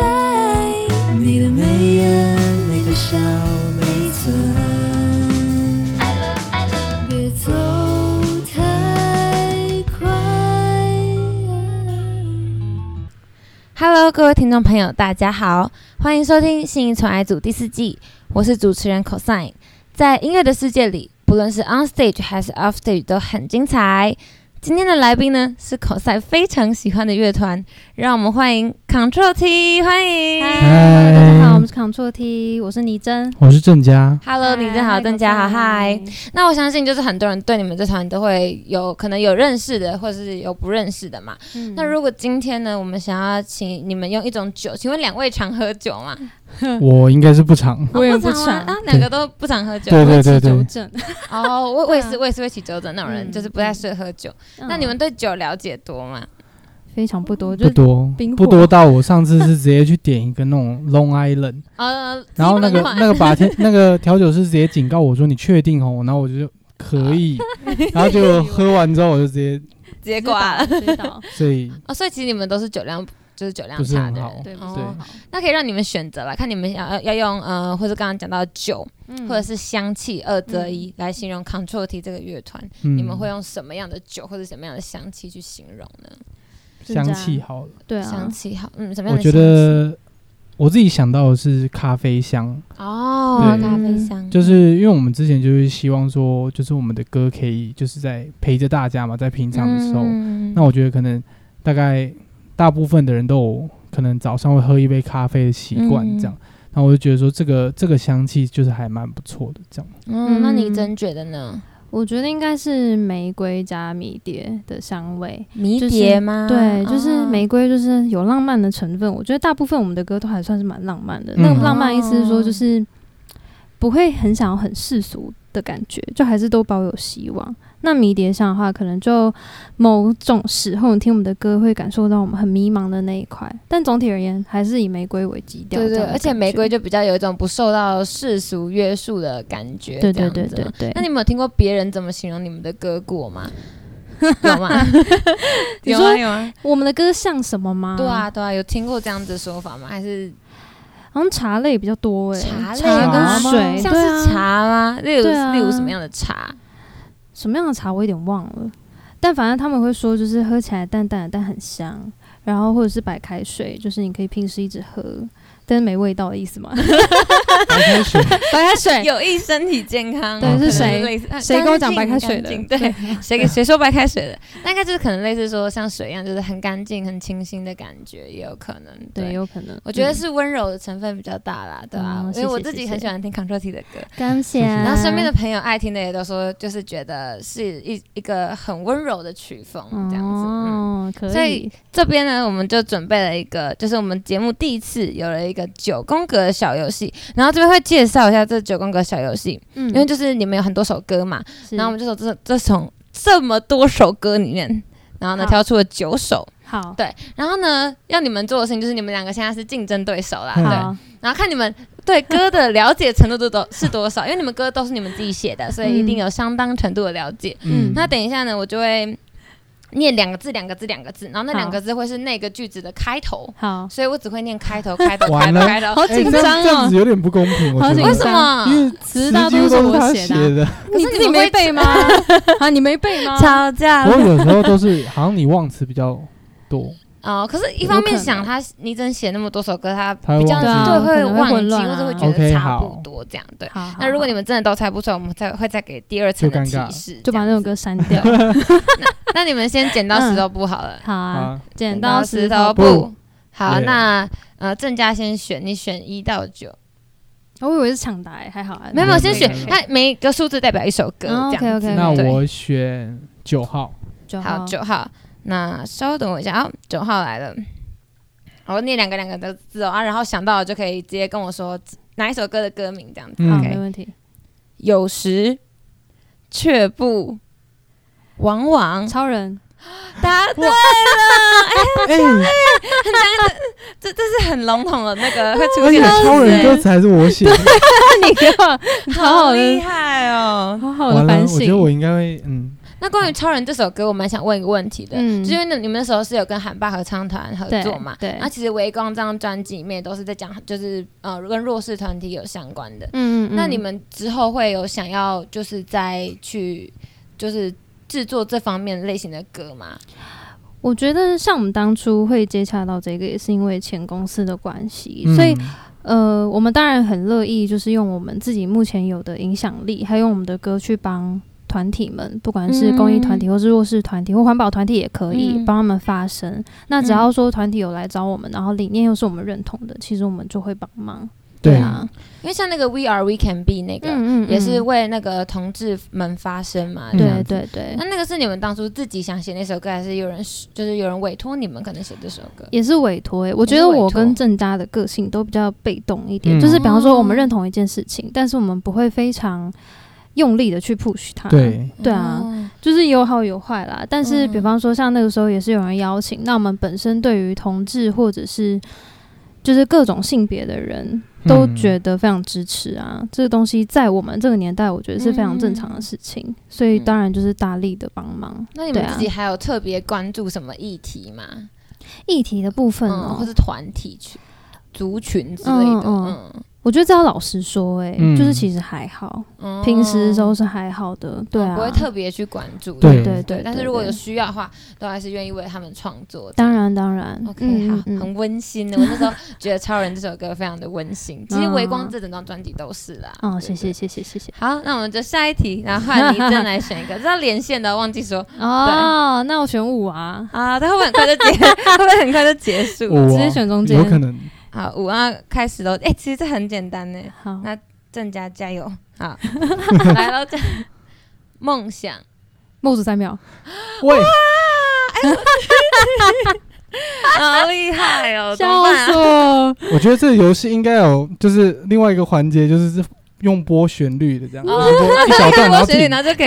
来。你的眉眼，你的笑，每寸。爱了爱了，别走太快。 Hello，各位听众朋友，大家好，欢迎收听《信义纯爱组》第四季，我是主持人 cosine。在音乐的世界里，不论是 on stage 还是 off stage 都很精彩。今天的来宾呢是 cosine 非常喜欢的乐团，让我们欢迎 Control T，欢迎。嗨，大家好，我们是 Ctrl T，我是倪真。我是郑佳， Hello，你真好，邓家好，嗨。，那我相信就是很多人对你们这团都会有可能有认识的，或是有不认识的嘛。那如果今天呢，我们想要请你们用一种酒，请问两位常喝酒吗？我应该是不长。嗯我也不不常常啊，啊，两个都不常喝 酒。对对对对纠正。哦，我我也是，对啊我也是会起酒疹那种人，嗯就是不太适合喝酒。那你们对酒了解多吗？非常不多，就不多冰，不火多到我上次是直接去点一个那种 Long Island，呃，然后那个基本款那个把天那个调酒师直接警告我说你确定哦，然后我就可 以，然后结果喝完之后我就直接，直接挂了。知道，所以哦，所以其实你们都是酒量就是酒量不是差很的好人。 对，不啊哦是很好。那可以让你们选择了，看你们要要要用呃，或是刚刚讲到酒嗯或者是香气二择一来形容 Control T 这个乐团，嗯你们会用什么样的酒或者什么样的香气去形容呢？香气好了。对啊香，气好，嗯，什么样我的香觉气？得我自己想到的是咖啡嗯香，哦，对咖啡香就是因为我们之前就是希望说，就是我们的歌可以就是在陪着大家嘛，在平常的时候，嗯那我觉得可能大概大部分的人都有可能早上会喝一杯咖啡的习惯嗯这样。那我就觉得说，这个这个香气就是还蛮不错的，这样。嗯，那你嗯真觉得呢？我觉得应该是玫瑰加迷迭的香味。迷就是迭吗？对，就是啊玫瑰，就是有浪漫的成分。我觉得大部分我们的歌都还算是蛮浪漫的。嗯那个浪漫意思是说，就是不会很想要很世俗的感觉，就还是都保有希望。那迷迭香的话，可能就某种时候你听我们的歌，会感受到我们很迷茫的那一块。但总体而言，还是以玫瑰为基调。对对，这样的而且感觉玫瑰，就比较有一种不受到世俗约束的感觉。对这对样对子对对。那你们有听过别人怎么形容你们的歌过 吗？有吗？你有说啊有啊。我们的歌像什么吗？对，啊对啊，有听过这样子的说法吗？还是好像茶类比较多哎、茶类吗茶跟水，像对啊是茶吗？例如对啊例如什么样的茶？什么样的茶我有点忘了，但反正他们会说，就是喝起来淡淡的，但很香。然后或者是白开水，就是你可以平时一直喝，但是没味道的意思嘛。白开水， 白开 水，有益身体健康，对可能是谁类似啊谁跟我讲白干开净水的干净对，谁给谁说白开水的？那应该就是可能类似说像水一样，就是很干净、很清新的感觉，也有可能。对，有可能。我觉得是温柔的成分比较大啦，对啊，嗯因谢为谢我自己谢谢嗯很喜欢听 Control T 的 歌，感谢。啊然后身边的朋友爱听的也都说，就是觉得是一一个很温柔的曲风这样子。嗯，哦，所可以以。这边呢，我们就准备了一个，就是我们节目第一次有了一个九宫格的小游戏，然后这边会介绍一下这九宫格小游戏，嗯因为就是你们有很多首歌嘛，是然后我们就从这这从这么多首歌里面，然后呢好挑出了九首，好，对，然后呢要你们做的事情就是你们两个现在是竞争对手啦，嗯对。好，然后看你们对歌的了解程度都多是多少，因为你们歌都是你们自己写的，所以一定有相当程度的了解。嗯，那等一下呢，我就会念两个字、两个字、两个字，然后那好两个字会是那个句子的开头，好，所以我只会念开头、开头、开 完头、了开头。好哎紧这张样这样哦子。有点不公平，我好觉紧得。为什么？因为知道几乎都都是是我他写的啊写的，可你是自你己们会没背吗？ 啊，你没背吗？吵架啊不过有时候都是好像你忘词比较多， 哦，可是一方面想有可他，倪真写那么多首歌，他他会比较忘记对会可能会忘混记，乱或啊者会觉得 OK，差好不多这样对。好，好那如果好你们真的都猜不出来，我们再会再给第二层的就尴提尬示，就把这那样首子歌删掉。那你们先剪刀石头布好了，好 啊，啊，剪刀石头布布。好， Yeah 那呃，郑家先选，你选一到九，我以为是抢答欸，还好啊。没有，没有，先没选没没，那每一个数字代表一首歌，哦这样子。 OK，OK，OK 那对我选九号，就好九号，那稍等我一下啊，九号来了，我念两个两个的字哦啊，然后想到就可以直接跟我说哪一首歌的歌名这样子。好，嗯 OK 没问题。有时却不往往超人， 答对，哎，这这是很笼统的那个会出而现且的超词人欸歌词还是我写的，那你给我好好好厉的害哦！好好完的了，反我觉得省。我应该会，嗯，那关于超人这首歌，我蛮想问一个问题的，嗯就因为你们那时候是有跟韩爸合唱团合作嘛？对对那其实《微光》这张专辑里面都是在讲，就是呃跟弱势团体有相关的。嗯那你们之后会有想要就是再去就是制作这方面类型的歌吗？我觉得像我们当初会接洽到这个，也是因为前公司的关系，所以嗯呃，我们当然很乐意，就是用我们自己目前有的影响力，还有我们的歌去帮团体们，不管是公益团体，或是弱势团体，或环保团体也可以嗯帮他们发声。那只要说团体有来找我们，然后理念又是我们认同的，其实我们就会帮忙。对啊，因为像那个《We Are We Can Be》那个、嗯也是为那个同志们发声嘛。嗯这对样子。对对那，那个是你们当初自己想写那首歌，还是有人就是有人委托你们可能写这首歌？也是委托、欸。我觉得我跟郑家的个性都比较被动一点，嗯就是比方说我们认同一件事情，但是我们不会非常用力的去 push 它。对，对啊，哦就是有好有坏啦。但是，嗯比方说像那个时候也是有人邀请，那我们本身对于同志或者是就是各种性别的人都嗯觉得非常支持啊。嗯这个东西在我们这个年代，我觉得是非常正常的事情，嗯所以当然就是大力的帮忙。那你对们啊自己还有特别关注什么议题吗？议题的部分嗯，哦、或是团体群、族群之类的。嗯嗯，我觉得这要老实说、欸，哎、嗯就是其实还好，嗯平时的时候是还好的，对啊，不会特别去关注。对对对对，但是如果有对需要的话，都还是愿意为他们创作。当。然当然 OK，嗯好，嗯嗯很温馨的。我那时候觉得《超人》这首歌非常的温馨， 其实《微光》这整张专辑都是啦。嗯哦，对谢谢。对谢谢谢谢好，那我们就下一题，然后换倪真来选一个，这要连线的，忘记说哦，那我选五啊，啊，他会不会很快就结， 会不会很快就结束？我直接选中间有可能，好，五二开始喽。哎、其实这很简单呢。好，那郑家加油！ 好，来喽，郑梦想。默数三秒，喂，好厉害哦！怎笑么办死啊我！我觉得这个游戏应该有，就是另外一个环节，就是用播旋律的这样，哦播一小段， 然后旋律，停然后就可以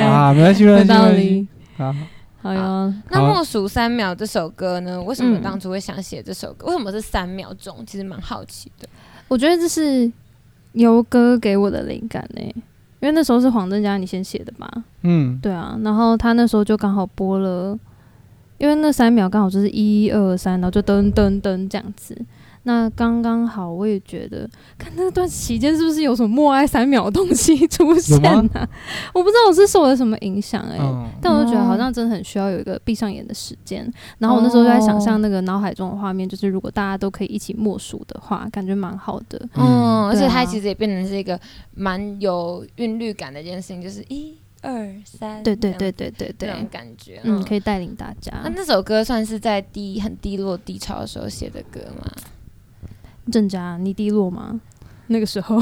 知道了。啊，没关系，没关有系，道没关系理。啊。好哟，那好默数三秒这首歌呢？为什么嗯当初会想写这首歌？为什么是三秒钟？其实蛮好奇的。我觉得这是游哥给我的灵感呢、因为那时候是黄正佳你先写的吧？嗯，对啊，然后他那时候就刚好播了，因为那三秒刚好就是一二三，然后就噔噔噔这样子。那刚刚好，我也觉得，看那段期间是不是有什么默哀三秒的东西出现有吗啊？我不知道我是受了什么影响哎、嗯但我就觉得哦好像真的很需要有一个闭上眼的时间。然后我那时候就在想哦象那个脑海中的画面，就是如果大家都可以一起默数的话，感觉蛮好的。嗯，嗯而且对啊它其实也变成是一个蛮有韵律感的一件事情，就是一二三，对对这对样对对这对种，感觉。哦嗯，可以带领大家那。那首歌算是在低很低落低潮的时候写的歌吗？郑佳，你低落吗？那个时候，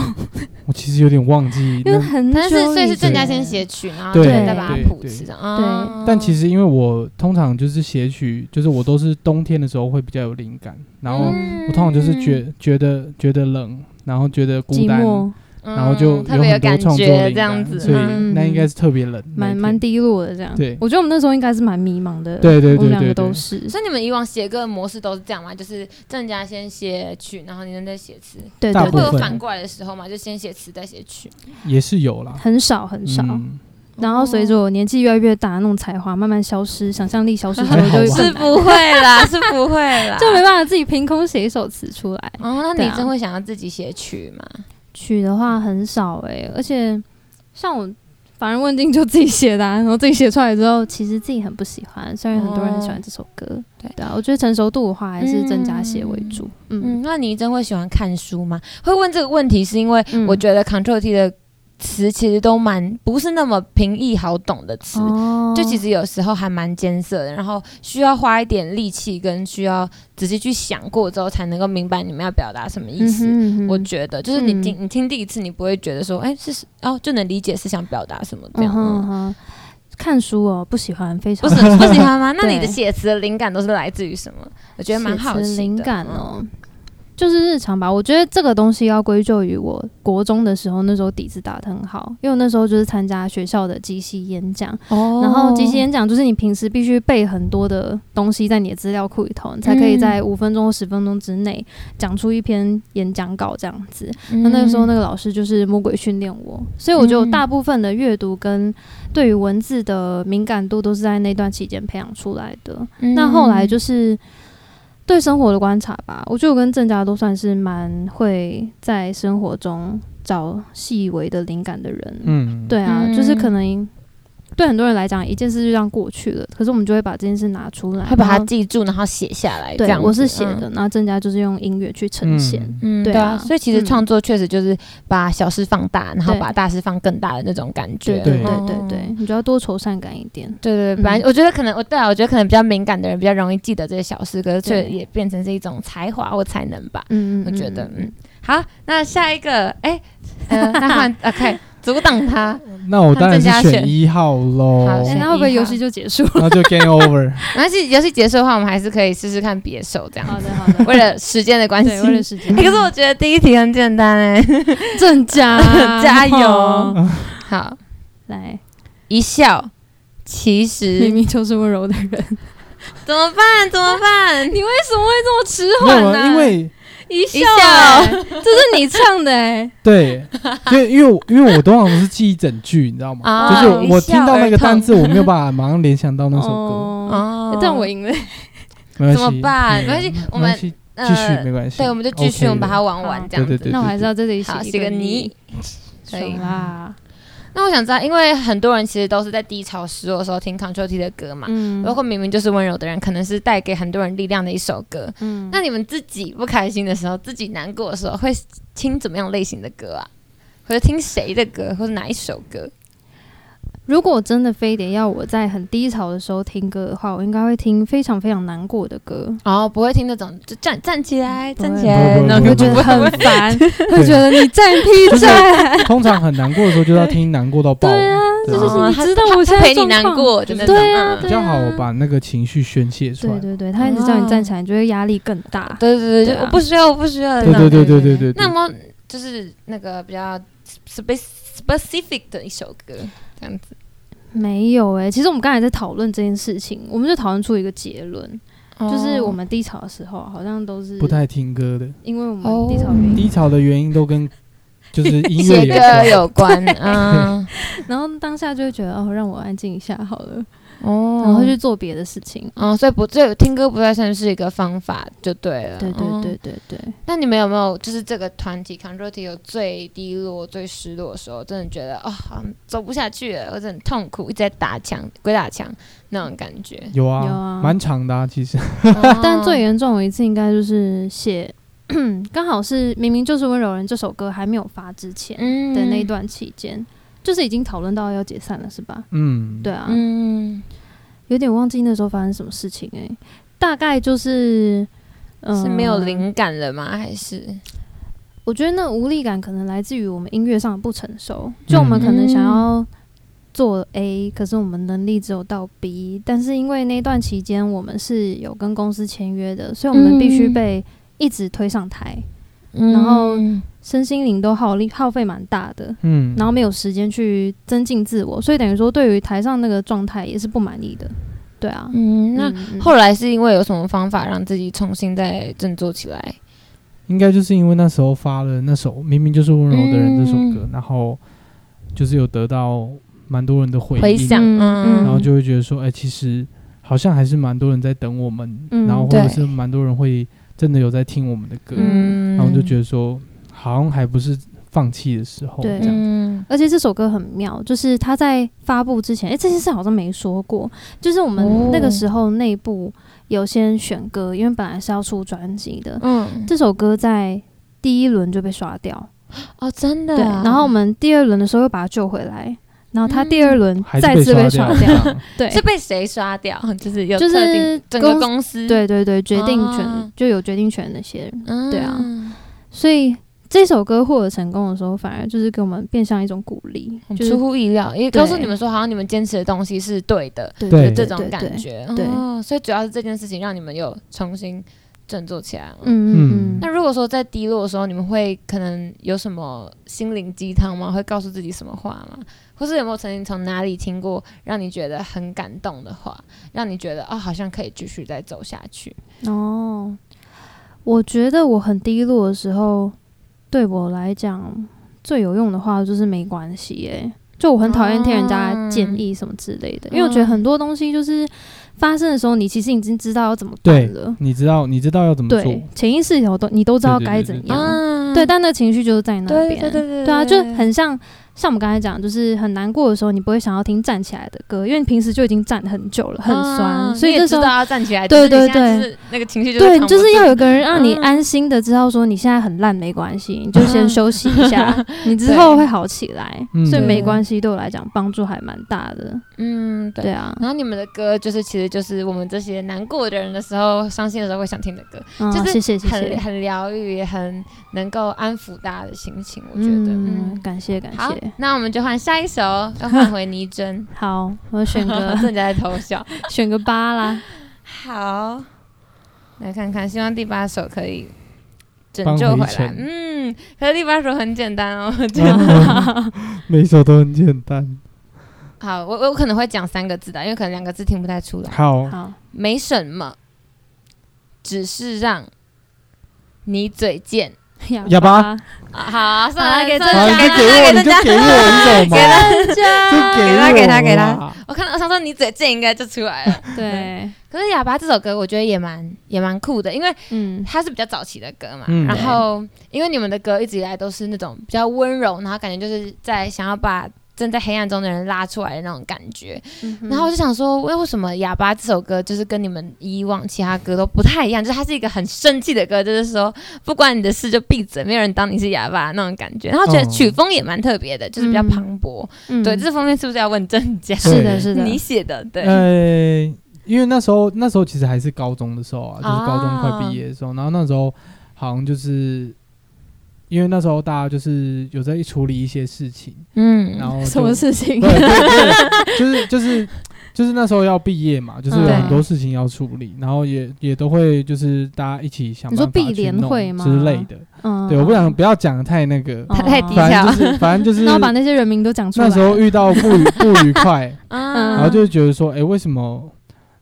我其实有点忘记， 因为那很嗯但是久所以是以郑嘉前先写曲，然后对再把它对谱对词的。对啊但其实因为我通常就是写曲，就是我都是冬天的时候会比较有灵感，然后嗯我通常就是觉觉得觉得冷，然后觉得孤寂单，寞，然后就嗯特有别有很多感创作觉灵这样感，子。所以嗯那应该是特别冷，蛮那一蛮天低落的这样。对我觉得我们那时候应该是蛮迷茫的。对对我们对两个对都对，是。所以你们以往写歌的模式都是这样吗？就是郑嘉先写曲，然后你们再写词，对大对部会分有对，反过来的时候吗？就先写词再写曲。也是有啦，很少很少。嗯然后哦随着我年纪越来越大，那种才华慢慢消失，想象力消失之 后还好就，吧就是不会 啦，是不会啦。就没办法自己凭空写一首词出来。哦，那对你啊真会想要自己写曲吗？曲的话很少诶、而且像我。反正问津就自己写的、啊，然后自己写出来之后，其实自己很不喜欢。虽然很多人很喜欢这首歌，对对啊，我觉得成熟度的话还是增加写为主。嗯，嗯，那你真会喜欢看书吗？会问这个问题是因为嗯我觉得 Control T 的词其实都蛮不是那么平易好懂的词，哦就其实有时候还蛮艰涩的，然后需要花一点力气，跟需要仔细去想过之后，才能够明白你们要表达什么意思。嗯哼嗯哼我觉得，就是你嗯听、你听第一次，你不会觉得说，哎、是是哦，就能理解是想表达什么这嗯样。哼嗯嗯哼，看书哦，不喜欢，非不常是不 喜欢吗？那你的对写词的灵感都是来自于什么？我觉得蛮好嗯写奇词的灵感。哦。就是日常吧。我觉得这个东西要归咎于我国中的时候，那时候底子打得很好，因为我那时候就是参加学校的即席演讲，哦然后即席演讲就是你平时必须备很多的东西在你的资料库里头，你才嗯可以在五分钟、十分钟之内讲出一篇演讲稿这样子。那那个时候嗯那个老师就是魔鬼训练我，所以我觉得我大部分的阅读跟对于文字的敏感度都是在那段期间培养出来的。那后嗯来就是对生活的观察吧，我觉得我跟郑家都算是蛮会在生活中找细微的灵感的人。嗯，对啊，嗯就是可能对很多人来讲，一件事就这样过去了，可是我们就会把这件事拿出来，会把然它后记住，然后写下来。这对，样子嗯我是写的，，然后郑家就是用音乐去呈现。嗯，嗯对对啊啊。所以其实嗯创作确实就是把小事放大，然后对把大事放更大的那种感觉。对对对对对哦对，你就要多愁善感一点。对对，嗯对，反正我觉得可能我对啊，我觉得可能比较敏感的人比较容易记得这些小事，可是却对也变成是一种才华或才能吧。嗯嗯，我觉得，嗯嗯，好，那下一个，哎， 呃，那 换 OK，阻挡他，嗯那我当然是他们正选加选一号喽，好哎，选然那会不会一游号戏就结束了？后就 game over。但是游戏结束的话，我们还是可以试试看别手这样好子。的好的，哦 为了时间的关系，对，为了时 间哎、，可是我觉得第一题很简单哎、郑家加油！好， 来，一笑，其明实明就是温柔的人，为 怎么办？怎么办？你什么会这么迟没缓有呢？啊，因为一一笑，笑，啊这是你唱的哎，对，因为因为我因为我通常是记一整句，你知道吗？啊就是我一笑听到那而个痛单字，我没有办法马上联想到那首歌，哦，哦但我赢了，没关系，怎么办嗯没关系我没们关系继续没关系，呃对，我们就继续， OK 的我们把它玩完好这样子。对对那我还是要在这里好，一写个 你。可以爽啦，那我想知道，因为很多人其实都是在低潮失落的时候听 Control T 的歌嘛，嗯包括明明就是温柔的人，可能是带给很多人力量的一首歌。嗯那你们自己不开心的时候，自己难过的时候，会听怎么样类型的歌啊？或者听谁的歌，或者哪一首歌？如果真的非得要我在很低潮的时候听歌的话，我应该会听非常非常难过的歌，哦，不会听那种就站站起来，不会站起来不会那不种会会歌，觉 不会得很烦，会对觉得你站屁站，通常很难过的时候，就要听难过到爆，对啊，这对就哦是你他知道他我现在陪你状况难过，就那种。对啊嗯比较好把那个情绪宣泄出对来。对对，他一直叫你站起来，你就会压力更大。对对嗯对，对就啊我不需要，我不需要。对那种对对对对对对对那对，么就是那个比较 spec- specific 的一首歌，这样子。没有哎、其实我们刚才在讨论这件事情，我们就讨论出一个结论，就是哦我们低潮的时候好像都是不太听歌的，因为我们哦低潮原因，低潮的原因都跟就是音乐写有歌关。？有 关，嗯，然后当下就会觉得哦，让我安静一下好了，哦然后去做别的事情。嗯，所以不，这听歌不太算是一个方法，就对了。对对对哦。对对，那你们有没有就是这个团体 Control T 有最低落、最失落的时候，真的觉得哦，好像走不下去了，或者很痛苦，一直在打墙、鬼打墙那种感觉有有啊啊，蛮长的啊，其实。哦但最严重的一次应该就是写， 刚好是明明就是温柔人这首歌还没有发之前嗯的那一，段期间，就是已经讨论到要解散了，是吧？嗯，对啊，嗯，有点忘记那时候发生什么事情哎、大概就是，嗯是没有。灵感了吗？还是我觉得那无力感可能来自于我们音乐上的不成熟，嗯就我们可能想要做 A，、可是我们能力只有到 B，但是因为那段期间我们是有跟公司签约的，所以我们必须嗯被一直推上台，然嗯后身心灵都耗力耗费蛮大的。嗯，然后没有时间去增进自我，所以等于说对于台上那个状态也是不满意的，对啊。嗯，那嗯嗯后来是因为有什么方法让自己重新再振作起来？应该就是因为那时候发了那首《明明就是温柔的人》这首歌，然后就是有得到蛮多人的回回应，响，嗯嗯，然后就会觉得说，哎、其实好像还是蛮多人在等我们，嗯然后或者对是蛮多人会真的有在听我们的歌，嗯，然后就觉得说，好像还不是放弃的时候，对这样。嗯，而且这首歌很妙，就是他在发布之前，哎、这件事好像没说过，就是我哦们那个时候内部有先选歌，因为本来是要出专辑的，嗯，这首歌在第一轮就被刷掉，哦，真的对，啊，嗯然后我们第二轮的时候又把它救回来，然后他第二轮还再次是被刷刷掉，掉，这样对。是被谁刷掉？ 就是有就是特定整个公公司，对对对，决定权、嗯哦就有决定权那些人，嗯，对啊所以这首歌获得成功的时候，反而就是给我们变相一种鼓励，很就是出乎意料，也告诉对你们说，好像你们坚持的东西是对的，对对这对种对感对觉，对哦，所以主要是这件事情让你们有重新。振作起来了。嗯嗯那嗯，如果说在低落的时候，你们会可能有什么心灵鸡汤吗？会告诉自己什么话吗？或是有没有曾经从哪里听过让你觉得很感动的话，让你觉得哦，好像可以继续再走下去？哦，我觉得我很低落的时候，对我来讲最有用的话就是没关系耶、就我很讨厌听人家建哦议什么之类的，因为我觉得很多东西就是发生的时候，你其实已经知道要怎么对办了，， 你知道你知道要怎么做，对，潜意识里头都你都知道对对该对怎对样，啊嗯对，但那情绪就是在那边，对对对对对啊，对就很像像我们刚才讲，就是很难过的时候，你不会想要听站起来的歌，因为你平时就已经站很久了，很酸，啊所以你也这时知候道要站起来。对只是你现对在就对是那个情绪就是对，扛不就是住要有个人让你嗯安心的知道说你现在很烂没关系，你就先嗯休息 一下，你之对后会好起来嗯，所以没对关系，对我来讲帮助还蛮大的。嗯，对对。啊，然后你们的歌就是，其实就是我们这些难过的人的时候、伤心的时候会想听的歌，嗯就是谢谢谢很谢，很疗愈，也很能够安抚大家的心情。我觉得，嗯嗯，，感谢感好谢。，。那我们就换下一首，要换回倪真好，我 选个正在偷笑。 选个八啦。好，来看看，希望第八首可以拯帮救回回来程。嗯，可是第八首很简单哦，这样。嗯，每一首都很简单。好，我我可能会讲三个字的，因为可能两个字听不太出来。好，好，没什么，只是让你嘴贱哑巴 啊！好，算好了，啦给郑郑好，嘉你给就郑给嘉， 我，你郑就嘉。给我一首嘛，就家给我给啊他给他嘛我看到我想说你嘴贱应该就出来了。 对，可是哑巴这首歌，我觉得也蛮也蛮酷的，因为嗯它是比较早期的歌嘛。嗯然后，因为你们的歌一直以来都是那种比较温柔，然后感觉就是在想要把正在黑暗中的人拉出来的那种感觉。嗯哼，然后我就想说，为为什么《哑巴》这首歌就是跟你们以往其他歌都不太一样？就是它是一个很生气的歌，就是说不管你的事就闭嘴，没有人当你是哑巴那种感觉。然后觉得哦曲风也蛮特别的，就是比较嗯磅礴。嗯对，这方面是不是要问郑家？是的，是的，你写的，对，呃，因为那时候那时候其实还是高中的时候啊，就是高中快毕业的时候，然后那时候好像就是因为那时候大家就是有在处理一些事情，嗯然后就什么事情对？对对， 就是就是就是那时候要毕业嘛，就是有对很多事情要处理，然后也也都会就是大家一起想你说办法毕去联弄会吗之类的。嗯对，我不想不要讲得太那个，太太低反调正就是反正就是 那我把那些人名都讲出来。嗯那时候遇到不 愉不愉快，啊然后就觉得说，哎、为什么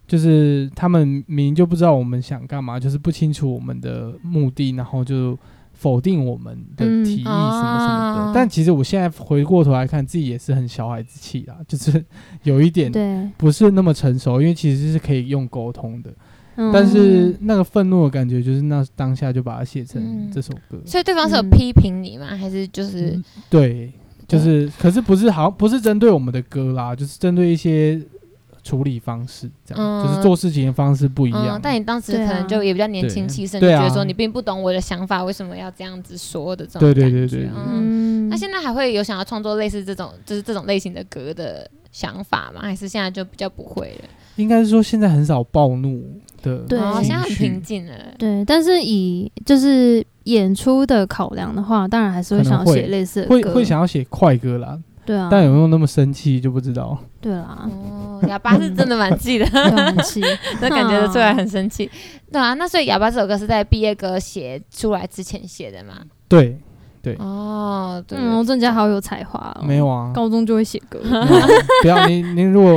就是他们明明就不知道我们想干嘛，就是不清楚我们的目的，然后就否定我们的嗯提议什么什么的。啊但其实我现在回过头来看，自己也是很小孩子气啦，就是 有一点对，不是那么成熟，因为其实是可以用沟通的，嗯但是那个愤怒的感觉，就是那当下就把它写成嗯这首歌。所以对方是有嗯批评你吗？还是就是嗯对，就是，可是不是好像不是针对我们的歌啦，就是针对一些处理方式，这样、嗯就是做事情的方式不一样。嗯，但你当时对可啊能就也比较年轻气盛，就对对啊觉得说你并不懂我的想法，为什么要这样子说的这种对感对觉。对对对嗯，嗯，那现在还会有想要创作类似这种，就是这种类型的歌的想法吗？还是现在就比较不会了？应该是说现在很少暴怒的情绪，对哦，现在很平可静了。对，但是以就是演出的考量的话，当然还是会能想要写类似的会歌，会想要写快歌啦，对啊，但有没有那么生气就不知道。对啦，哦，哑巴是真的蛮 气的，对啊很气，那感觉得出来很生气。 对啊，那所以哑巴这首歌是在毕业歌写出来之前写的嘛？对， 对哦，对，嗯，我郑家好有才华哦，没有啊，高中就会写 歌，没有啊 不要您您如果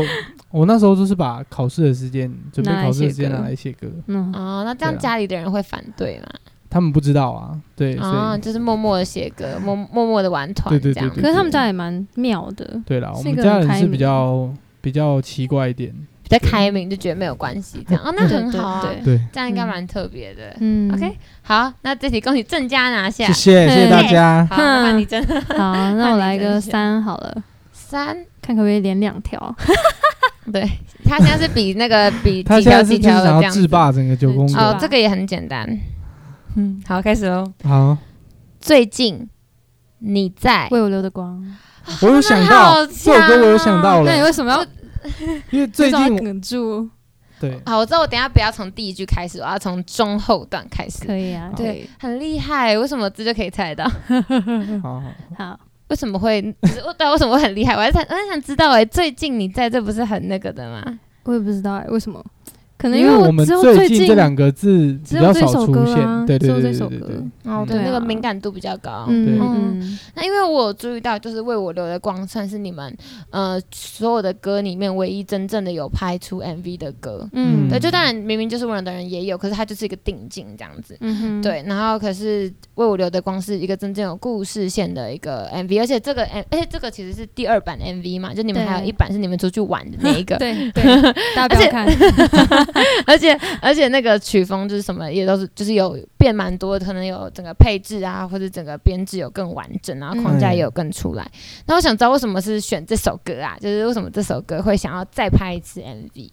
我那时候就是把考试的时间准备拿来考试的写时间歌拿来写歌，嗯，哦，那这样对啊家里的人会反对吗？他们不知道啊，对，所以、啊，就是默默的写歌，默默默的玩团对对这对样。对可是他们家也蛮妙的，对啦，我是一们个家很人开是比明较比较奇怪一点，比较开明，就觉得没有关系这样。哦，那对很好啊，对，对对。这样应该蛮特别的。嗯 OK，好，那这题恭喜郑家拿下谢。谢谢谢大嘿 家， 好，那换你真 好，啊那我来换个你甄选三好了，三，看可不可以连两条，对他现在是比那个比他几现条在是几就是条的想这要样子制霸整个九宫吧哦格，，这个也很简单。嗯，好，开始喽。哦好，最近你在为我留的光。我有想好到强这首歌，我啊有想到哦那你了，为什么要因为最为什么近要我哽住？哦对好，我知道我等一下不要从第一句开始，我要从中后段开始。可以啊，可以对，很厉害，为什么这就可以猜得到？ 好好好，为什么会？ 我对啊，为什么会很厉欸害？我还想，我很想知道哎、最近你在这不是很那个的吗？我也不知道哎，为什么？可能因为我我们只有最近这两个字比只较有这少首出歌现，啊对对只有对这对首对歌对，哦，对对，那个啊敏感度比较高。嗯嗯嗯那因为我有注意到，就是为我留的光算是你们呃所有的歌里面唯一真正的有拍出 MV 的歌。嗯对，就当然明明就是温柔的人也有，可是它就是一个定境这样子。嗯哼，对，然后可是为我留的光是一个真正有故事线的一个 MV，而且这个 M，而且这个其实是第二版 MV 嘛，就你们对还有一版是你们出去玩的那一个， 对 对，大家不而且要看，而且而且那个曲风就是什么也都是就是有变蛮多，可能有整个配置啊，或者整个编制有更完整啊，框嗯架也有更出来。那我想知道为什么是选这首歌啊？就是为什么这首歌会想要再拍一次 MV，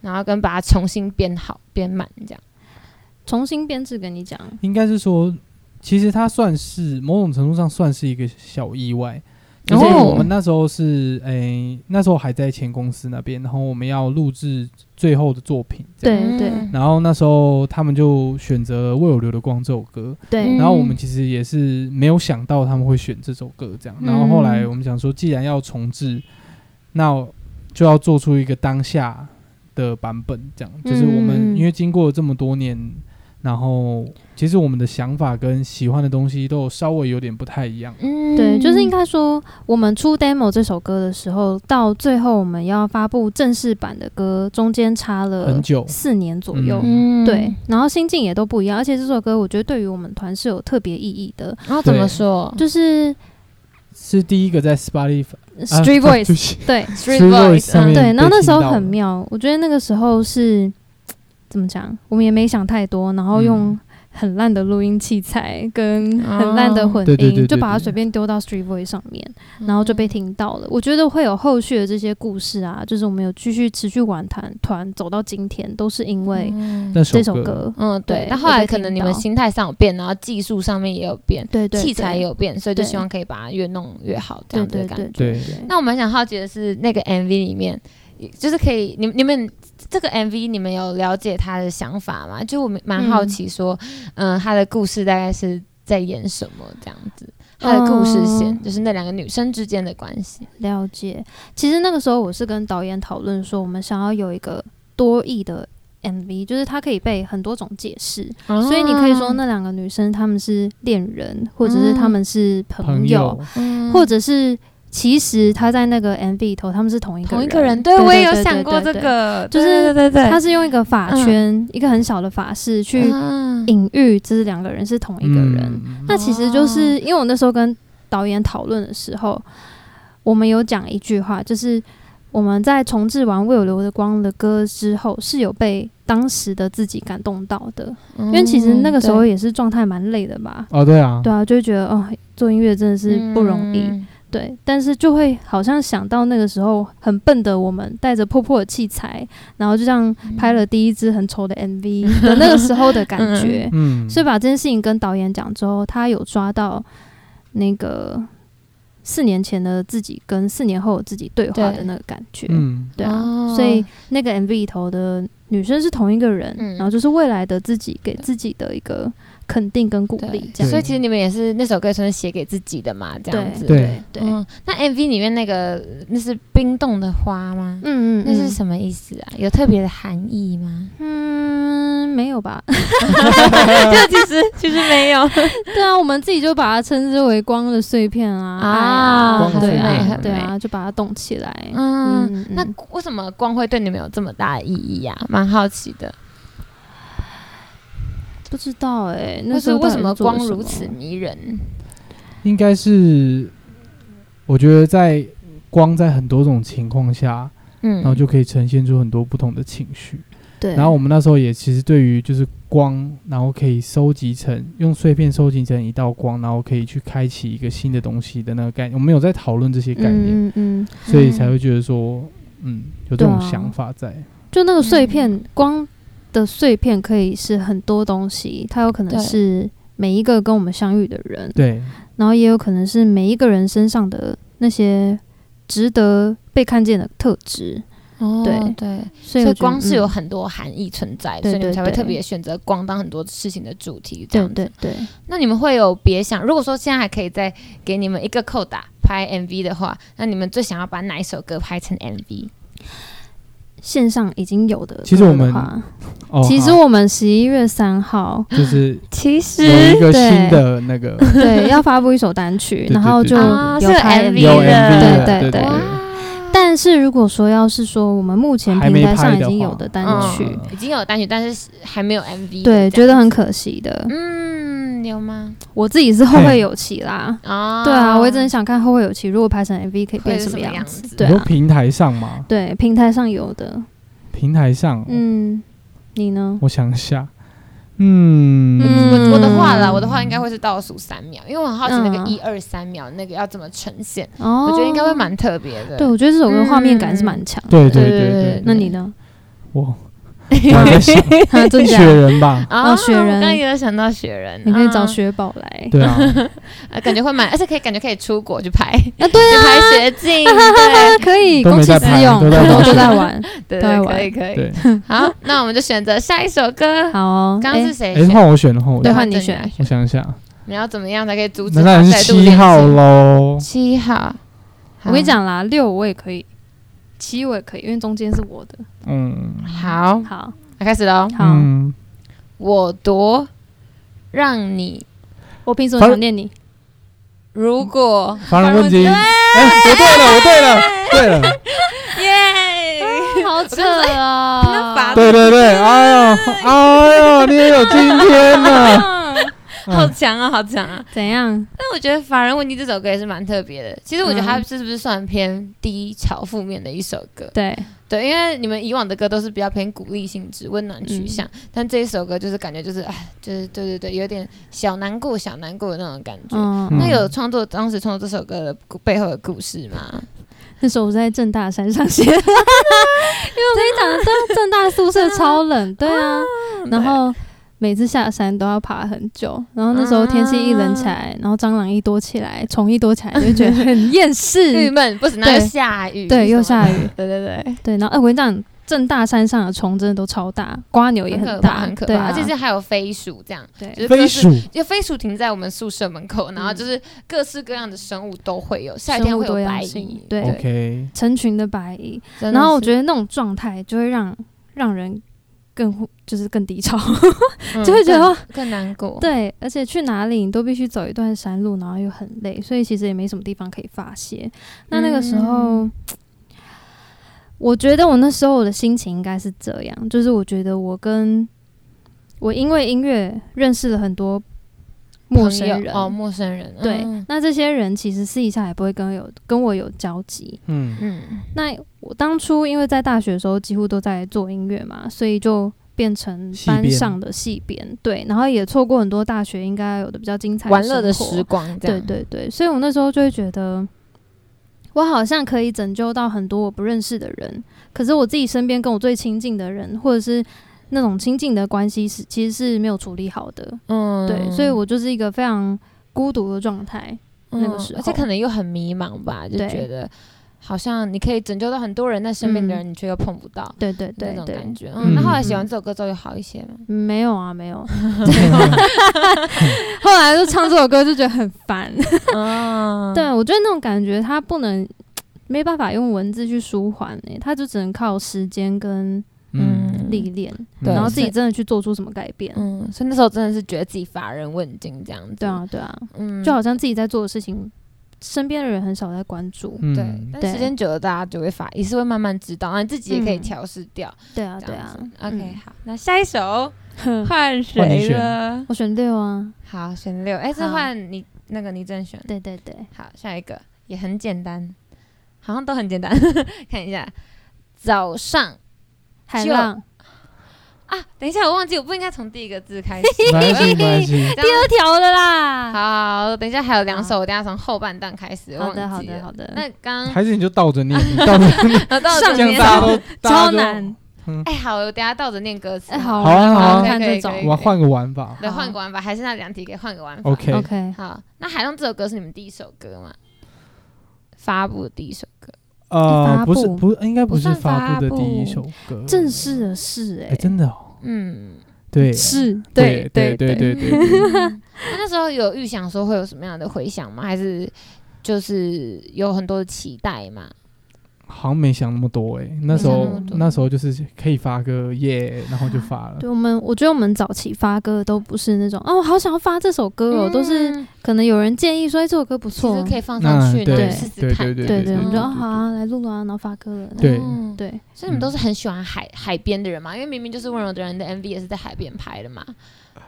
然后跟把它重新编好编满这样？ 重新编制跟你讲，应该是说，其实它算是某种程度上算是一个小意外。就是哦我们那时候是诶、那时候还在前公司那边，然后我们要录制最后的作品，这样对对嗯然后那时候他们就选择了《为我留的光》这首歌，对，然后我们其实也是没有想到他们会选这首歌这样，嗯然后后来我们想说，既然要重置，那就要做出一个当下的版本，这样就是我们嗯因为经过了这么多年，然后其实我们的想法跟喜欢的东西都有稍微有点不太一样，嗯对，就是应该说，我们出 demo 这首歌的时候，到最后我们要发布正式版的歌，中间差了很久四年左右。嗯对，然后心境也都不一样，而且这首歌我觉得对于我们团是有特别意义的，然后怎么对说？就是是第一个在 Spotify 啊呃 Street 对 Voice，、不起对 Street Street Voice， Voice 上面对，然后那时候被听到了很妙，我觉得那个时候是怎么讲，我们也没想太多，然后用嗯很烂的录音器材跟哦很烂的混对对对音，对就把它对随便丢到 Street Voice 上面。嗯然后就被听到了。我觉得会有后续的这些故事啊，就是我们有继续持续玩团团走到今天，都是因为嗯那这首首歌，歌。嗯，对对。那后来有被可能听你们到心态上有变，然后技术上面也有变，对对，器材也对有变，所以就对希望可以把它越弄越好这对样子对的感对觉。对那我蛮想好奇的是，那个 MV 里面，就是可以你你们这个 MV 你们有了解他的想法吗？就我蛮蛮好奇说，嗯、他的故事大概是在演什么这样子。他的故事线、嗯就是那两个女生之间的关系，了解。其实那个时候我是跟导演讨论说，我们想要有一个多义的 MV，就是它可以被很多种解释。哦所以你可以说那两个女生她们是恋人，或者是她们是朋朋友友，，嗯或者是其实她在那个 MV 里头她们是同一个同一个人，对对我也有对想对过这对对个，就是对对对，他是用一个法圈，一个很小的法式去嗯隐喻，这是两个人是同一个人。嗯那其实就是因为我那时候跟导演讨论的时候，我们有讲一句话，就是我们在重置完《为我留的光》的歌之后，是有被当时的自己感动到的，因为其实嗯那个时候也是状态蛮累的吧。哦，对啊，对啊，就会觉得哦，做音乐真的是不容易。嗯对，但是就会好像想到那个时候很笨的我们，带着破破的器材，然后就这样拍了第一支很丑的 MV 的那个时候的感觉。嗯嗯，所以把这件事情跟导演讲之后，他有抓到那个四年前的自己跟四年后的自己对话对的那个感觉。嗯，对啊，哦所以那个 MV 里头的女生是同一个人，嗯然后就是未来的自己给自己的一个肯定跟鼓励，这对，样所以其实你们也是那首歌算是写给自己的嘛，这样子。对对对，嗯嗯，那 MV 里面那个那是冰冻的花吗？嗯，那是嗯什么意思啊？有特别的含义吗？ 嗯，没 有吧？就其 实其实没有对啊，我们自己就把它称之为光的碎片啊，啊爱光的碎对片啊，很对美啊，就把它动起来。嗯，嗯那嗯为什么光会对你们有这么大的意义啊？蛮好奇的，不知道哎、那或时是候为到底什么做了光什如么此迷人？应该是，我觉得在光在很多种情况下，嗯，然后就可以呈现出很多不同的情绪。对，然后我们那时候也其实对于就是光，然后可以收集成用碎片收集成一道光，然后可以去开启一个新的东西的那个概念，我们有在讨论这些概念，嗯嗯嗯，所以才会觉得说，嗯，有这对种啊想法在。就那个碎片、嗯光的碎片可以是很多东西，它有可能对是每一个跟我们相遇的人，对，然后也有可能是每一个人身上的那些值得被看见的特质。哦对对，所所以以我觉得光是有嗯很多含义存在，对所以你们对才会对特别选择光当很多事情的主题。这嗯对样子对对，那你们会有别想？如果说现在还可以再给你们一个扣打拍 MV 的话，那你们最想要把哪一首歌拍成 MV？线上已经有的歌的话，其实我们哦，其实好我们十一月三号就是其有实一个对新的那个对要发布一首单 曲，对然后对就对啊是有拍 MV 有的 MV 的，对对对对对，但是如果说要是说我们目前还平没台拍上已的经话有的单呃嗯曲，已经有单曲，但是还没有 MV，对，这觉样得很子可惜的。嗯，有吗？我自己是后嘿会有期啦。啊，对啊，我一直很想看后会有期，如果拍成 MV 可会以变是么么样子？对你说啊平台上嘛，对，平台上有的。哦平台上，嗯，你呢？我想一下，嗯，嗯我的话啦，我的话应该会是倒数三秒，因为我很好奇那个嗯一二三秒那个要怎么呈现，哦，我觉得应该会。蛮特别的。对，我觉得这首歌画面感是蛮强。对对对对对对，那你呢？我我 还在想哈真假雪？人吧，啊，哦雪人我刚刚也有想到雪人，你可以找嗯雪宝来。对啊，啊，感觉会蛮，而且可以感觉可以出国去拍，啊，对去啊，拍雪景， 对 可以，都没公器在私拍用，都在玩都在玩。对对对，玩可以可以。对，好，那我们就选择下一首歌。好哦，刚刚是哎，谁哎，选？换我选，换我对选，换你正选啊我想一下，你要怎么样才可以阻止那当他然再是度七连号线喽，七号，我跟你讲啦，六我也可以，七我也可以，因为中间是我的。嗯，好，好，好，开始喽。好，嗯，我夺，让你我凭什么想念你？如果发人问津，哎，我对了，我对了，对了，哎耶， 哎哦好 扯那啊法！对对对，哎呦，哎呦，你也有今天呢，好强啊，好强啊！怎样？但我觉得《法人问题》这首歌也是蛮特别的。其实我觉得它嗯是不是算偏低潮负面的一首歌？对，对，因为你们以往的歌都是比较偏鼓励性质、温暖取向，嗯但这一首歌就是感觉就是哎，就是对对对，有点小难过、小难过的那种感觉。嗯嗯，那有创作当时创作这首歌的故背后的故事吗？ 那时候我在正大山上 写，因为我跟你讲，正正大宿舍超冷，对啊，哦然后。每次下山都要爬很久，然后那时候天气一冷起啊来，然后蟑螂一多起来，虫一多起来，就觉得很厌郁世。闷，不止 那又对下雨，嗯对，又下雨，雨。 对对对，对，然后哎、我跟你讲，正大山上的虫真的都超大，瓜牛也很可大，怕，很可对怕，啊，而且是还有飞鼠这样，就对嗯是飞各式。鼠，就飞鼠停在我们宿舍门口，然后就是各式各样的生物都会有，夏生天物会有多白样性蚁，对，OK，成群的白蚁。真的然后我是觉得那种状态就会让让人更就是更低潮，嗯 就会觉得哦更哇更难过，对，而且去哪里你都必须走一段山路，然后又很累，所以其实也没什么地方可以发泄。那那个时候，嗯我觉得我那时候我的心情应该是这样，就是我觉得我跟我因为音乐认识了很多朋陌友生人，哦，陌生人，对，嗯那这些人其实私底下也不会跟我有跟我有交集，嗯，嗯那我当初因为在大学的时候几乎都在做音乐嘛，所以就变成系班编上的系编，对，然后也错过很多大学应该有的比较精彩玩乐的生活时光，这对样，对对，所以我那时候就会觉得，我好像可以拯救到很多我不认识的人，可是我自己身边跟我最亲近的人，或者是那种亲近的关系是其实是没有处理好的，嗯对，所以我就是一个非常孤独的状态，那个嗯时而且候可能又很迷茫吧，就对觉得好像你可以拯救到很多人，但身边的嗯人你却又碰不到。对对对那种对，感觉，嗯嗯，那后来嗯写完这首歌之后有好一些吗？嗯没有啊，没 有。后来就唱这首歌就觉得很烦。啊嗯，对，我觉得那种感觉它不能没办法用文字去舒缓诶、它就只能靠时间跟嗯，历练，对然后自所己以真的去做出什么改变。嗯，所以那时候真的是觉得自己乏人问津这样子。对，啊，对啊，嗯，就好像自己在做的事情，身边的人很少在关注。嗯对，但时对间久了，大家就会发，也是会慢慢知道，然啊后你自己也可以嗯调试掉。对啊，这对样啊子。OK，嗯好，那下一首换换你谁选了？ 我选六啊，好，选六，哎，是好换你那个倪正选。对对对，好，下一个也很简单，好像都很简单。 看一下，早上海就浪啊，等一下，我忘记，我不应该从第一个字 开始。没关系，没关系，这样都调了啦。好好，等一下还有两首，我等一下从后半段开始。好的，忘好记的，了好的。那刚还是你就倒着念，你倒着念，啊到上这这样边大家都超难。，哎，好，我等一下倒着念歌词。哎，好，好啊我好啊要看可以可这大以可家都以种。我换个玩法对，好换个玩法，还是那两题给换个玩法。 ，OK， OK，好，那《海浪》这首歌是你们第一首歌吗？发布的第一首歌，呃，发不是布不是，应该不是不算发布的发布第一首歌，正式的是哎哎，，真的哦，嗯，对，是，对对对对对， 嗯那那时候有预想说会有什么样的回响吗？还是就是有很多的期待嘛？好像没想那么多哎、那时没想那候么多那时候就是可以发歌耶然后就发了。对我们，我觉得我们早期发歌都不是那种哦，好想要发这首歌哦，都是嗯可能有人建议说，哎，这首歌不其实错，可以放上去，然那对后试试对看。对对对对，我们对就哦好啊，来录了啊，然后发歌了，对嗯哦对，所以你们都是很喜欢海海边的人嘛？因为明明就是温柔的人的 MV 也是在海边拍的嘛，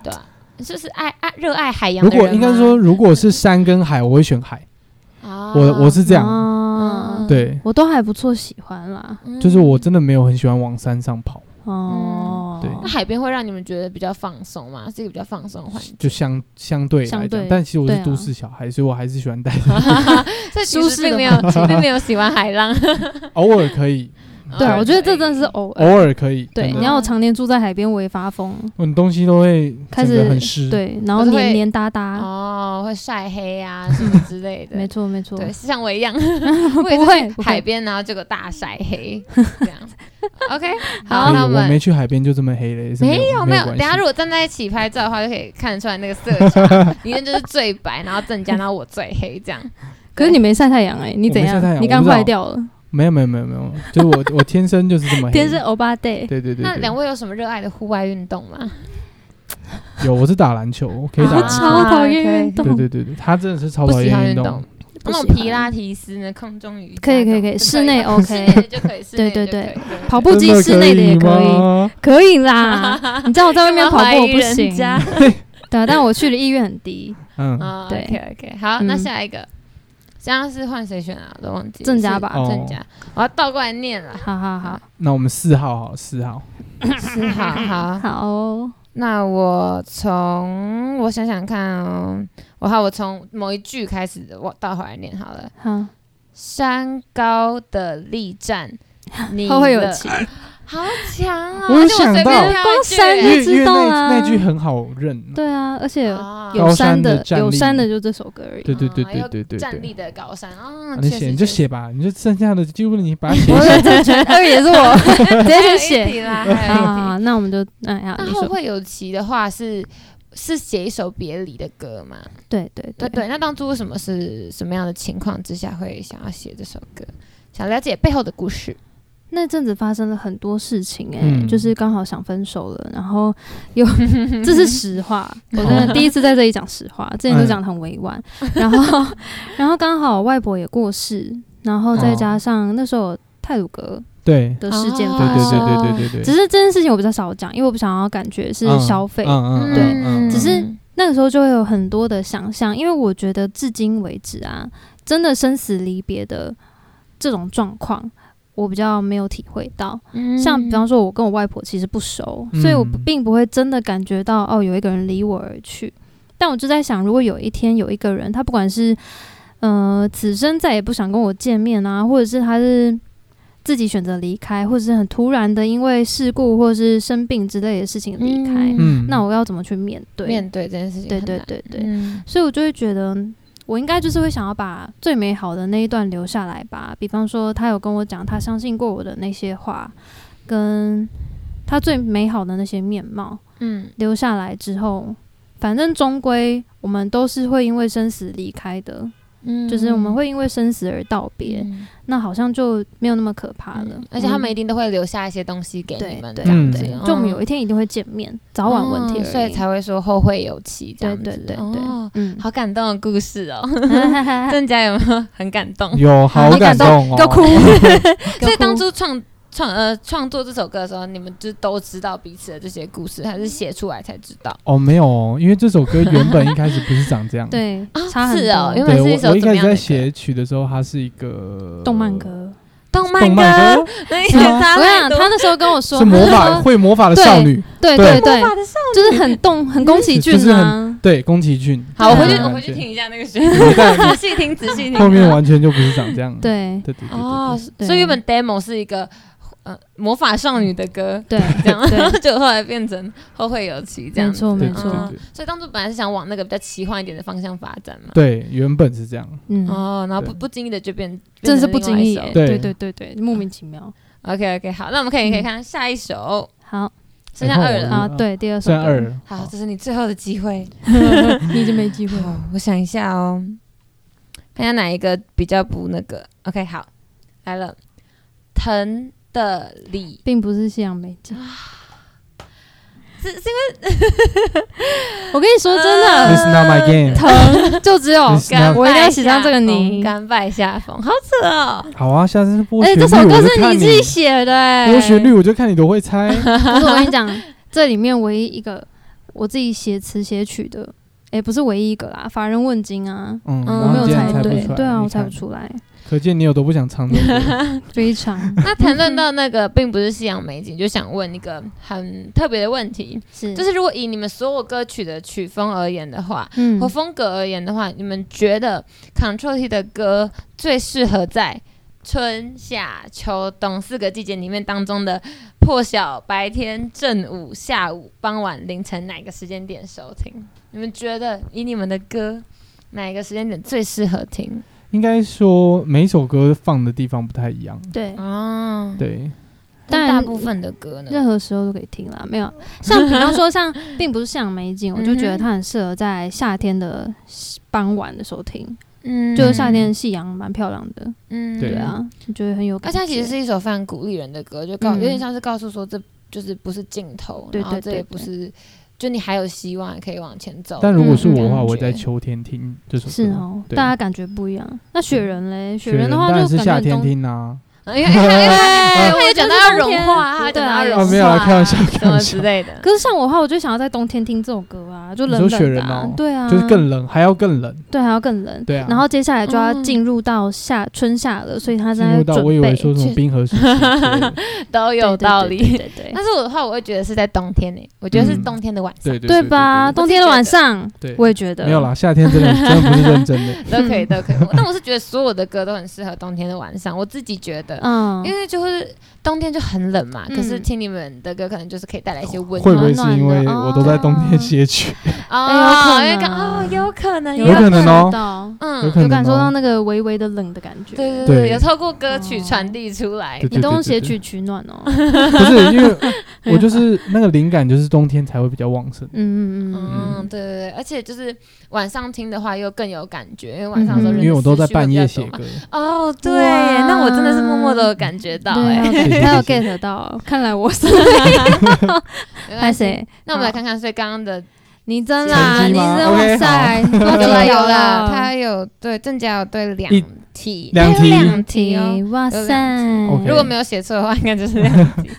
对吧、你是不是爱爱热爱海洋如的人吗？果应该说，如果是山跟海，我会选海。啊，我我是这哦样，样对，我都还不错，喜欢啦，嗯就是我真的没有很喜欢往山上跑，哦，对那海边会让你们觉得比较放松嘛，是一个比较放松的环境，就相相对来相讲对，但其实我对是啊都市小孩，所以我还是喜欢待， 所以其舒实适并的没有并没有喜欢海浪。 偶尔可以，对啊，嗯我觉得这真的是偶偶尔，尔可以，对，真你的要我常年住在海边，我也发疯，我的东西都会开整个始很湿，，对，然后就是会黏黏哒哒，哦，会晒黑啊什么之类的，没错没错，对， 像我一样，我也不会是 不会海边，然后结果大晒 黑，这样。OK，好好，那哎我我没们去海边就这么黑了，也是没有有没有，有等关系一下如果站在一起拍照的话，就可以看得出来那个色差，一人就是最白，然后郑家，然后我最黑， 这样。可是你没晒太阳哎、你怎我没晒太阳样？你我刚不知道坏掉了，没有没有没有没有，就是 我我天生就是这么黑，天生欧巴 day。哎对对对那对两位有什么热爱的户外运动吗？有我是打篮球，我可以打我篮球，啊超啊讨厌运动，对对对对，他真的是超不讨喜欢厌运动动，，那种不喜欢皮拉提斯呢，空中瑜伽可以可以这种可以就室内吗 OK 室内的就可以，室内的对对就对可以对跑对步机室内的也可真的以，吗可以啦。你知道我在外面跑干嘛步怀我疑不人行，家 对啊，但我去的意愿很低。嗯，啊，对 OK OK，好，那嗯下一个，这样是换谁选啊？我都忘记了郑家是吧。哦郑家，我要倒过来念了 好好好那我们四号好了四号，是，好好，好哦，那我从我想想看哦，我好，我从某一句开始，我倒回来念好了。好，山高的力 战，你后会有的期。好强啊！我有就随想便到挑一光句山欸因就为因知为道那啊那句很好认，对啊，而且啊有高山山的战力有山的就这首歌而 已。哦对对啊对对要对对站对立。的高山啊啊，你确实写你就确实写吧，你就剩下的就问你把它写 我下的来。正确二也是我直接还 有一先写。题啦，还有好一好，题好那我们就哎呀，你那后说会有期的话是是写一首别离的歌嘛？对对对对，那当初为什么是什么样的情况之下会想要写这首歌？想了解背后的故事。那阵子发生了很多事情、欸，哎、嗯就是刚好想分手了，然后 有，这是实话，我真的第一次在这里讲实 话，之前都讲得很委婉，嗯然后， 然后刚好外婆也过世，然后再加上那时候有泰鲁格 对的事件哦对发对生，对对对对只对，是这件事情我比较少讲，因为我不想要感觉是嗯消费，嗯嗯对嗯嗯，只是那个时候就会有很多的想象，因为我觉得至今为止啊，真的生死离别的这种状况，我比较没有体会到。像比方说，说，我跟我外婆其实不熟，嗯所以我不并不会真的感觉到哦，有一个人离我而去。但我就在想，如果有一天有一个人，他不管是呃此生再也不想跟我见面啊，或者是他是自己选择离开，或者是很突然的因为事故或者是生病之类的事情离开，嗯嗯，那我要怎么去面对？面对这件事情对很对难，对对，嗯所以我就会觉得，我应该就是会想要把最美好的那一段留下来吧。比方说，他有跟我讲他相信过我的那些话，跟他最美好的那些面貌嗯留下来之后，反正终归我们都是会因为生死离开的，嗯就是我们会因为生死而道别，嗯那好像就没有那么可怕了。而且他们嗯一定都会留下一些东西给对你们，对这样嗯子对，就我们有一天一定会见面，早晚问题嗯而已，所以才会说后会有期这对样子。对对对，哦嗯，好感动的故事哦， 郑家有没有很感动？有好好感感动 哦，都哭。所以当初。。初创创呃创作这首歌的时候，你们就都知道彼此的这些故事，还是写出来才知道？哦，没有哦，因为这首歌原本一开始不是长这样 对啊，差很是 哦多。因为对是一我首我一怎么开始样的歌在写曲的时候，它是一个动漫歌，动动漫 歌那也是吗 差我跟你太讲，多他那时候跟我说，是魔法他说，会魔法的少女，对对对对，就是很动，很宫崎就是骏很啊。对，宫崎骏。好，我回去这我种回感去觉 听。一下那个旋律，你看 仔细听仔细听。后面完全就不是长这样。对对对对哦对，对所以原本 demo 是一个呃魔法少女的歌，对这样，然后 对，就后来变成后会有期这样没子。错对没对错对，嗯对所以当初本来是想往那个比较奇幻一点的方向发展嘛。对，对原本是这样。嗯，哦，然后对不不经意的就变，真的是变不成另外经一意首欸，对对对对对，莫名其妙。 OK OK，好，那我们可以可以嗯看下一首，好剩下然后二我了。们啊，对，第二首虽然嗯二歌，了，好，这是你最后的机会。你已经没机会 了。我想一下哦，看一下哪一个比较不那个。OK，好，来了。疼的理并不是夕阳美景。啊是是我跟你说真，This 的，呃 is not my game。疼就只有 This is not- 我一定要写上这个你。甘拜下风，好扯哦！好啊，下次播哎，旋律这首歌我就是看你自己写的哎。播旋律我就看你多会猜。嗯可 是我跟 你讲，这里面唯一一个我自己写词写曲的，哎、不是唯一一个啦，乏人问津啊，嗯，嗯然我后没有你竟然猜猜不对出，来对啊，你我猜看不出来，可见你有多不想唱这首歌。非常那谈论到那个并不是夕阳美景，就想问一个很特别的问题，是就是如果以你们所有歌曲的曲风而言的话，嗯和，风格而言的话，你们觉得 Control T 的歌最适合在春夏秋冬四个季节里面当中的破晓、白天、正午、下午、傍晚、凌晨哪个时间点收听？你们觉得以你们的歌哪一个时间点最适合听？应该说每一首歌放的地方不太一样。对，哦，对，但但大部分的歌任呢？何时候都可以听啦，没有，像比方 说像，并不是像美景，我嗯就觉得它很适合在夏天的傍晚的时候听，嗯就是夏天的夕阳蛮漂亮的，嗯对对啊，你觉得很有而感且觉，它其实是一首非常鼓励人的歌，就告、嗯有点像是告诉说这就是不是尽头，对然后对这也对不是，就你还有希望可以往前走。但如果是我的嗯话，嗯我会在感觉秋天听这首歌。是哦，对大家感觉不一样。那雪人嘞，雪人的当话然就是感夏觉天冬听啊。 因为 因为因为哎啊因为讲到要融化，我他觉得是讲到要融冬天化，哦没有啦开玩笑什开么玩笑之类的。可是像我的话，我就想要在冬天听这首歌啊，就你冷说冷雪的、人啊，哦对啊，就是更冷，还要更冷。对，还要更冷，对啊然后接下来就要进入到夏、春夏了，所以他进在入到我以准备为说什么冰河时期之类的，都有道理。对对对对对对 但是我的话，我会觉得是在冬天呢、我觉得是嗯冬天的晚 上对对对吧？对冬天的晚上，对我也觉得对没有啦，夏天真的真的不是认真的。都可以，都可以。但我是觉得所有的歌都很适合冬天的晚上，我自己觉得，嗯因，为就是冬天就很冷嘛。嗯可是听你们的歌，可能就是可以带来一些温会暖不会是因为暖暖的我都在冬天歇曲？哦，哎因有可能为刚哦，有可能，有可能哦哦，嗯，有可能有感受哦到那个微微的冷的感觉。对对对对，有透过歌曲哦传递出来对。你都用写曲取暖哦，不是因为我就是那个灵感，就是冬天才会比较旺盛。嗯嗯嗯嗯，对对对，而且就是晚上听的话又更有感觉，因为晚上的时候嗯人因为我都在半夜思绪写会比较多嘛。歌，哦，对哇耶，那我真的是默默的感觉到嗯，哎。对谢啊，他有谢 get 到，看来我是 没关系？拍谁？那我们来看看，所以刚刚的你真啦，成你绩吗真哇 OK，塞，多有久啦有啦，了？他有对郑家有对两一题，两他有题两题哦。哇有塞！ OK 如果没有哦写错的话，应该就是两 题。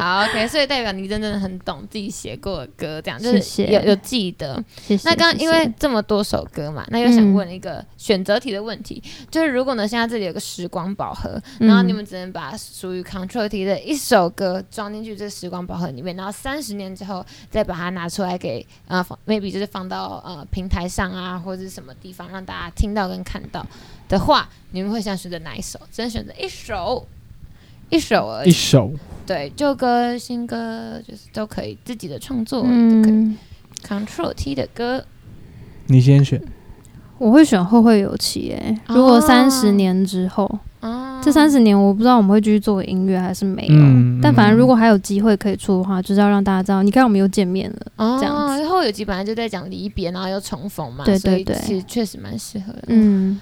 好，OK，所以代表你真的很懂自己写过的歌，这样就是谢谢有有记得。谢谢那刚刚谢因谢为这么多首歌嘛，那又想嗯问一个选择题的问题，就是如果呢现在这里有个时光宝盒，然后嗯你们只能把属于 Control T 的一首歌装进去这个时光宝盒里面，然后三十年之后再把它拿出来给呃放 maybe 就是放到呃平台上啊或者是什么地方让大家听到跟看到的话，你们会想选择哪一首？只能选择一首，一首而一已。首对，旧歌、新歌就是都可以，自己的创作都可以。嗯， Control T 的歌。你先选，我会选后会有期诶、哦如果三十年之后，哦这三十年我不知道我们会继续做音乐还是没有。嗯但反正如果还有机会可以出的话，就是要让大家知道，你看我们又见面了。哦，这样子然后有集本来就在讲离别，然后又重逢嘛，对对对所以其实确实蛮适合的。嗯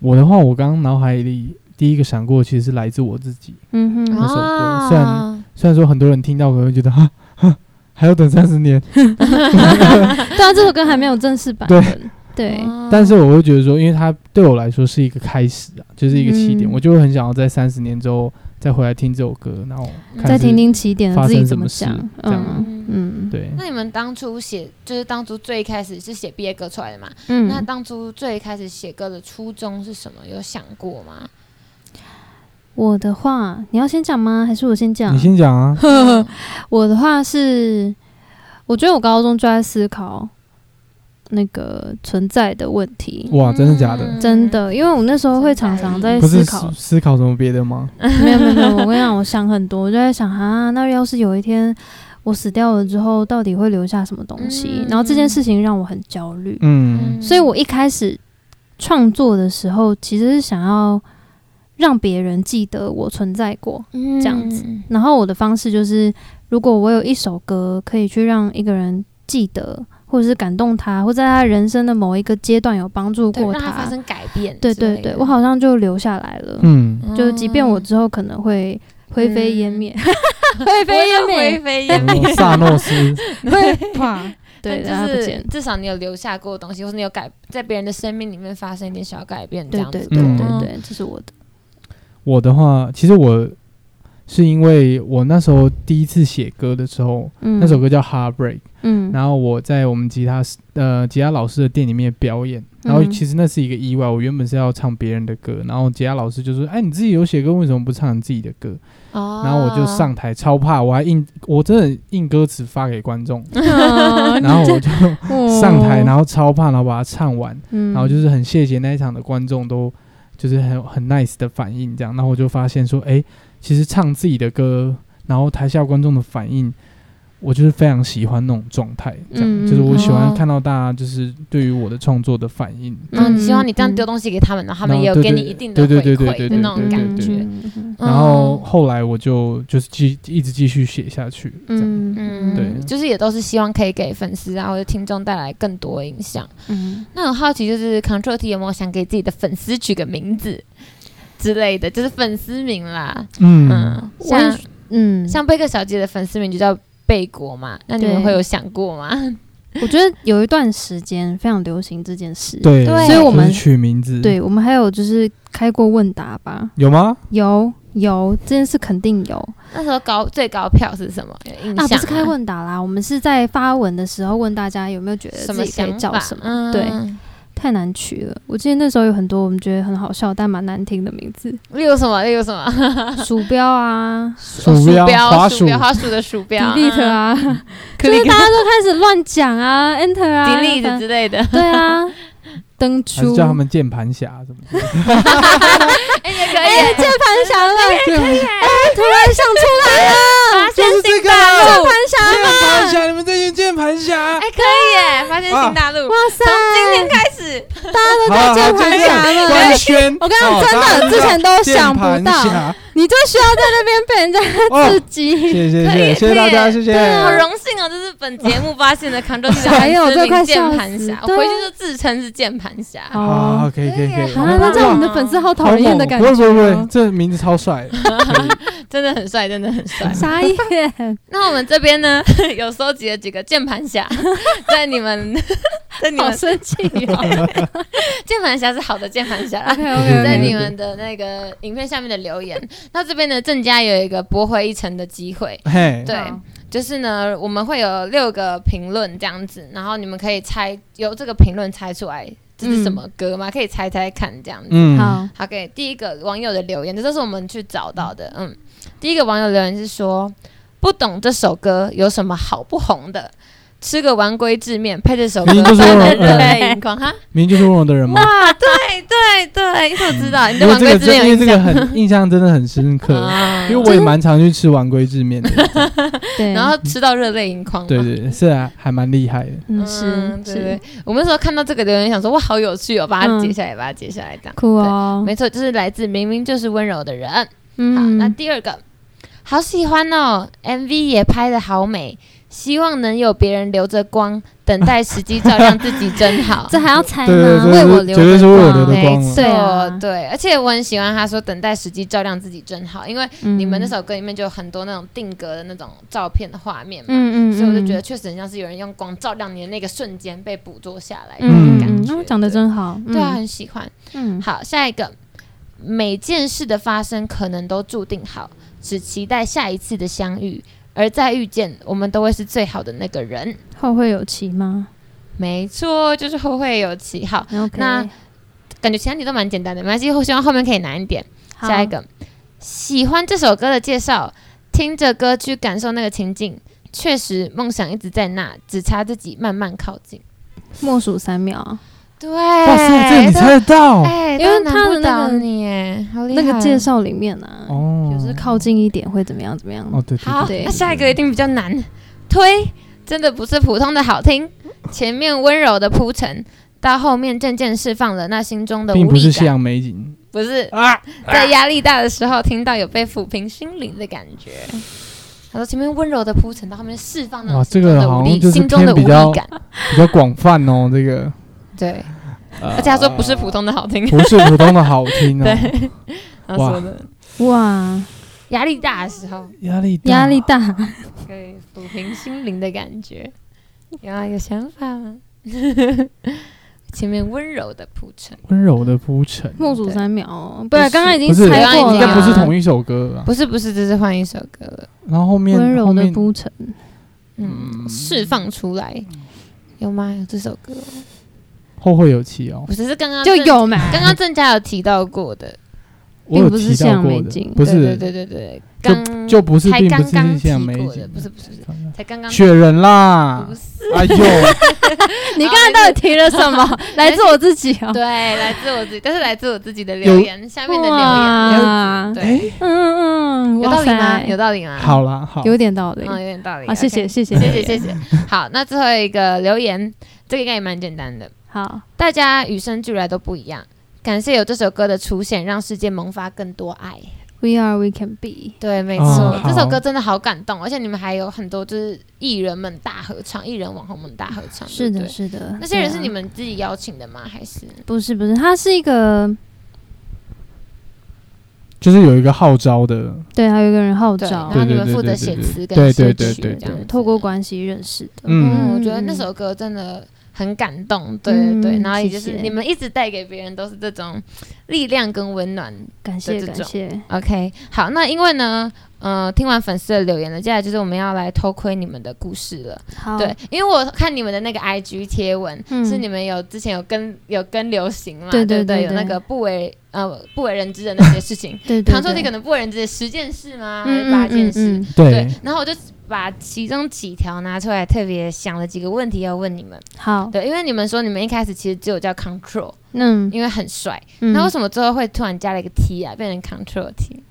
我的话，我刚刚脑海里第一个闪过，其实是来自我自己。嗯哼，那首歌啊虽然虽然说很多人听到可能会觉得哈，哈还要等三十年，嗯对啊，这首歌还没有正式版本。对，哦但是我会觉得说，因为它对我来说是一个开始啊，就是一个起点，嗯我就会很想要在三十年之后再回来听这首歌，然后看再是听。听起点发的自己生怎什么事想。这样嗯嗯对，那你们当初写，就是当初最开始是写毕业歌出来的嘛？嗯，那当初最开始写歌的初衷是什么？有想过吗？我的话，你要先讲吗？还是我先讲？你先讲啊，嗯我的话是，我觉得我高中就在思考那个存在的问题， 哇，真的假的？嗯真的，因为我那时 候会常常在不是思思考，思考什么别的吗？没有没有没有，我跟你讲，我想很多，我就在想啊，那要是有一天我死掉了之后，到底会留下什么东西？嗯然后这件事情让我很焦虑，嗯，所以我一开始创作的时候，其实是想要让别人记得我存在过，这这样子嗯然后我的方式就是，如果我有一首歌可以去让一个人记得，或者是感动他，或在他人生的某一个阶段有帮助对，过让它发生改变之类对的。对对，我好像就留下来了。嗯，就即便我嗯之后可能会灰飞烟灭，灰飞烟我灭，就飞然 后嗯萨诺斯，会怕， 对，但让它就不是见。至少你有留下过的东西，或者你有改在别人的生命里面发生一点小改变，这对样对子。对嗯对对，这是我的。我的话，其实我是因为我那时候第一次写歌的时候，嗯，那首歌叫《Heartbreak》，嗯，然后我在我们吉他呃吉他老师的店里面表演，然后嗯其实那是一个意外，我原本是要唱别人的歌，然后吉他老师就说：“哎，你自己有写歌，为什么不唱你自己的歌？”哦然后我就，上台超怕，我还印我真的印歌词发给观 众，然后我就哦上台，然后超怕，然后把它唱完，然然后就是很谢谢那一场的观众都就是很很 nice 的反应这样，然后我就发现说，哎、其实唱自己的歌，然后台下观众的反应，我就是非常喜欢那种状态，这样、嗯就是我喜哦欢看到大家就是对于我的创作的反应。然后你希望你这样嗯丢东西给他们，然后他们然后也有对给你对一定的回对对对馈的对对那种对感对觉。嗯然后后来我就就是继一直继续写下去，这样。嗯嗯，对嗯，就是也都是希望可以给粉丝啊或者听众带来更多影响。嗯，那很好奇，就是 Control T 有没有想给自己的粉丝取个名字之类的，就是粉丝名啦。嗯，嗯，我也像嗯，像像贝克小姐的粉丝名就叫贝果嘛，那你们对会有想过吗？我觉得有一段时间非常流行这件事，，对，对所以我们就是取名字，，对我们还有就是开过问答吧，有吗？有有这件事肯定有啊，那时候高最高票是什么？有印象吗不是开问答啦，我们是在发文的时候问大家有没有觉得什自么己可以想叫法什么，嗯对，太难取了。我记得那时候有很多我们觉得很好笑但蛮难听的名字，例如什么？例如什么？鼠标啊鼠标、标、滑 鼠鼠，标、滑鼠的鼠标，delete 嗯啊， 就是大家都开始乱讲啊，enter 啊嗯，delete 反之类 的。对啊，登还是出叫他们键盘侠什么的？哎，也可以，键盘侠了，哎键盘侠突然想出来了，就是这个键盘键侠，盘侠，你们这群键盘侠！ 哎，可以耶，发现新大陆。哇塞，从今天啊开始，大家都叫键盘侠了。官宣，哦我跟你讲，真的，之前都想不到， 到。你就需要在那边被人家哦刺，激。谢谢可以谢谢谢谢大家，可以谢谢。好荣幸哦！这是本节目发现的 Control T 的 哎呦粉丝这快名笑键盘侠，死我对啊回去就自称是键盘侠。好好，啊好，可以可以可以。好啊，那这样我们的粉丝好讨人厌的感觉不会不会不会哦，，这名字超帅 的。可以真的很帅，真的很帅。傻眼。那我们这边呢， 有收集了几个键盘侠， 在你们， 在你好们生气哦键盘侠是好的键盘 侠啦。 ！OK，OK，OK 在你们的那个影片下面的留言，那这边呢，郑家有一个驳回一层的机会，嘿，对好就是呢，我们会有六个评论这样子，然后你们可以猜由这个评论猜出来这是什么歌吗？可以猜猜看这样子。嗯， 好，好，给第一个网友的留言，这都是我们去找到的。嗯，第一个网友留言是说，不懂这首歌有什么好不红的，吃个丸龟制面配这首歌，明明就是嗯犯了温柔热的泪盈眶哈。明明就是温柔的人吗？嗯哇，对对对，你怎么知道？你因对为丸这龟个制真，面有因为印这象个很 印象真的很深刻，啊因为我也蛮常去吃丸龟制面 的。对，然后吃到热泪盈眶嘛。对对，对是啊，还蛮厉害的。嗯嗯是对对是，我们那时候看到这个留言，想说哇，好有趣哦，把它嗯截下来，把它截下来，这样。酷哦。没错，就是来自明明就是温柔的人。好，嗯，那第二个，好喜欢哦，MV 也拍的好美，希望能有别人留着光，等待时机照亮自己，真好 。这还要猜对对吗？对，为我对留绝对着是为我光留的光没错了。对啊对，而且我很喜欢他说“等待时机照亮自己真好”，因为嗯你们那首歌里面就有很多那种定格的那种照片的画面嘛，嗯，嗯嗯，所以我就觉得确实很像是有人用光照亮你的那个瞬间被捕捉下来的嗯，嗯感嗯觉。嗯，讲的对真好，对啊，很喜欢。嗯，嗯，好，下一个，每件事的发生可能都注定好，只期待下一次的相遇，而在遇见，我们都会是最好的那个人。后会有期吗没错，就是后会有期。好， ？OK，那感觉其他题都蛮简单的，没关系，我希望后面可以难一点。好下一，个，喜欢这首歌的介绍，听着歌去感受那个情境，确实梦想一直在那，只差自己慢慢靠近。默数三秒，对，哎哇塞，这你猜得到？哎，因为都难他不的那倒个你哎，好厉那害！个介绍里面呢，哦，就是靠近一点会怎么样？怎么样？哦，对对好，对，对那下一个一定比较难。推真的不是普通的好听，前面温柔的铺陈，到后面渐渐释放了那心中的并无不是力夕感，阳美景不是啊，在压力大的时候听到有被抚平心灵的感觉。他说前面温柔的铺陈，到后面释放那哇种心中这的无个好像力，就是心中的无偏比较力感。比较广泛哦，这个。对，而呃且他说不是普，通的好听，不是普通的好听哦。对，他哇说的哇，压力大的时候压力大压力大，可以抚平心灵的感觉。有啊，有想法吗？前面温柔的铺陈，温柔的铺陈，默数三秒哦，不然不是刚刚已经不是猜刚过刚已了，啊经应该不是同一一首歌吧？不是不是，这是换一首歌了。然后后面温柔后的面铺陈，嗯，嗯释放出来，有吗？有这首歌哦？后会有期哦不，是，是刚刚就郑有嘛？刚刚郑嘉有提到过的，我有并不是提到向过美的景，不对是对对对对，就刚就不是，才并不刚刚是提像美过的，景，不是不是不是，才刚刚雪人啦不，哎呦，你刚刚到底提了 什么？来自我自己哦。对，来自我自己，但是来自我自己的留言，下面的留言，哇对，嗯嗯，有哇道理吗？塞有道理吗？，好啦好，有点道理嗯，。有点道理。好，谢谢， OK，谢谢，谢谢，谢。谢。好，那最后一个留言，这个应该也蛮简单的，好，大家与生俱来都不一样。感谢有这首歌的出现，让世界萌发更多爱。 We are, we can be。对，没错哦，这首好歌真的好感动，而且你们还有很多就是艺人们大合唱，艺人网红们大合唱。是对的，不对是的。那些人是对啊你？们自己邀请的吗？还是不是，不是，他是一个，就是有一个号召的，对，啊还有一个人号对？然召后，你们对对对负责对写对词跟对写对对曲对这样子。透过关系认识的。嗯嗯，我觉得那首歌真的很感动，对对对，嗯然后也就是谢谢你们一直带给别人都是这种力量跟温暖。感的谢，这感种谢。 OK，好，那因为呢，呃，听完粉丝的留言了，接下来就是我们要来偷窥你们的故事了。好，对，因为我看你们的那个 IG 贴文，嗯是你们有之前有跟有跟流行嘛？对对不对对有那对，个不为呃不为人知的那些事情 对对，唐说对你可能不为人知的十件事吗？还是嗯八嗯件嗯事？嗯，对，然后我就把其中几条拿出来，特别想了几个问题要问你们。嗯好，对，因为你们说你们一开始其实只有叫 Control，嗯，因为很帅。嗯那为什么最后会突然加了一个 T 啊，变成 Control T？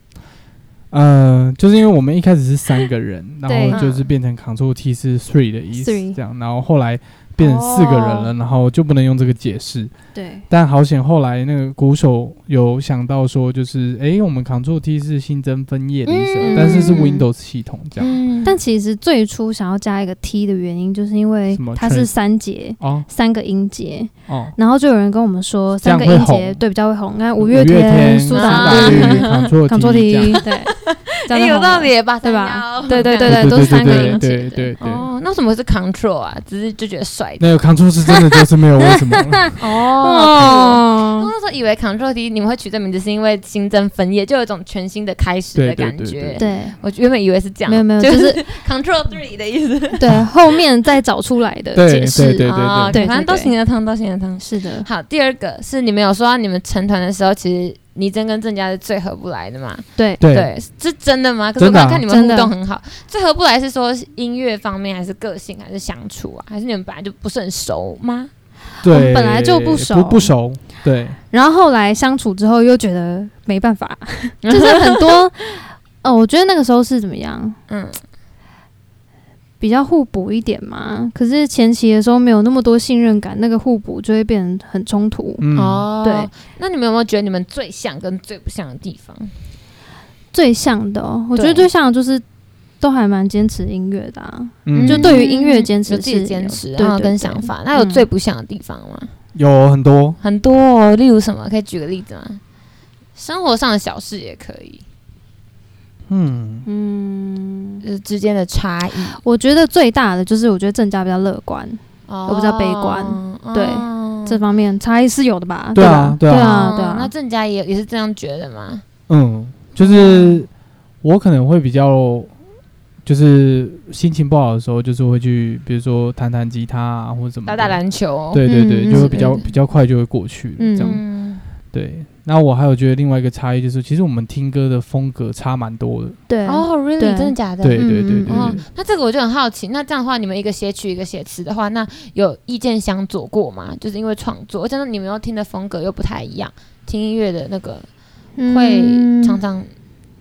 呃，就是因为我们一开始是三个人，对然后就是变成 Ctrl T 是 three 的意思， Three 这样，然后后来变成四个人哦了，然后就不能用这个解释。对，但好险，后来那个鼓手有想到说，就是诶，我们 Ctrl T 是新增分页的意思，嗯但是是 Windows 系统这样。嗯但其实最初想要加一个 T 的原因，就是因为什么它 trans- 是三节。哦三个音节，哦，然后就有人跟我们说，这样三个会音节红对比较会红，那五五月天、苏打打苏绿绿、绿 Ctrl 康作 T 这题 样，对，这哎样就有红道了理。耶吧？对吧三幺对对对对对，都对是三个对音对节的。对对。哦，那为什么会是 Control 啊？只是就觉得帅那个 Ctrl 是真的就是没有为 什么了，哦。嗯我哦，那时候以为 Control T 你们会取这名字，是因为新增分页，就有一种全新的开始的对对感对觉对。对我原本以为是这样，没有没有就就是是 Control Three 的意思。对，后面再找出来的对解对释，对哦对对反正都行得通，都行得通。是的，好，第二个是你们有说到你们成团的时候，其实倪真跟郑家是最合不来的嘛？对对，是真的吗？可是我真的啊刚刚看你们互真的动很好，最合不来是说音乐方面，还是个性，还是相处啊？还是你们本来就不是很熟吗？对，我们本来就不不熟不熟，对，然后后来相处之后又觉得没 办法，就是很多，呃，我觉得那个时候是怎么样，嗯，比较互补一点嘛。可是前期的时候没有那么多信任感，那个互补就会变得很冲突。嗯，哦，对。那你们有没有觉得你们最像跟最不像的地方？最像的、哦，我觉得对最像的就是都还蛮坚持音乐的、啊，嗯就对于音乐嗯坚有持自是有己坚持，对然后对跟对想法。那有嗯最不像的地方吗？有很多，很多、哦，例如什么？可以举个例子吗？生活上的小事也可以，嗯，嗯，就是之间的差异。我觉得最大的就是我觉得郑家比较乐观，哦我比较悲观对哦这方面差异是有的吧？对啊吧？对对啊，哦对那啊，郑家也也是这样觉得吗？嗯，就是我可能会比较，就是心情不好的时候，就是会去，比如说弹弹吉他啊，或者什么打的打。篮球，对对嗯对，嗯就会比较嗯嗯比较快就会过去了，嗯这样嗯，对。那我还有觉得另外一个差异就是，其实我们听歌的风格差蛮多的，对，哦，really，对真的假的？对嗯对对对嗯嗯哦对，那这个我就很好奇。那这样的话，你们一个写曲，一个写词的话，那有意见相左过吗？就是因为创作，真的你们又听的风格又不太一样，听音乐的那个会嗯常常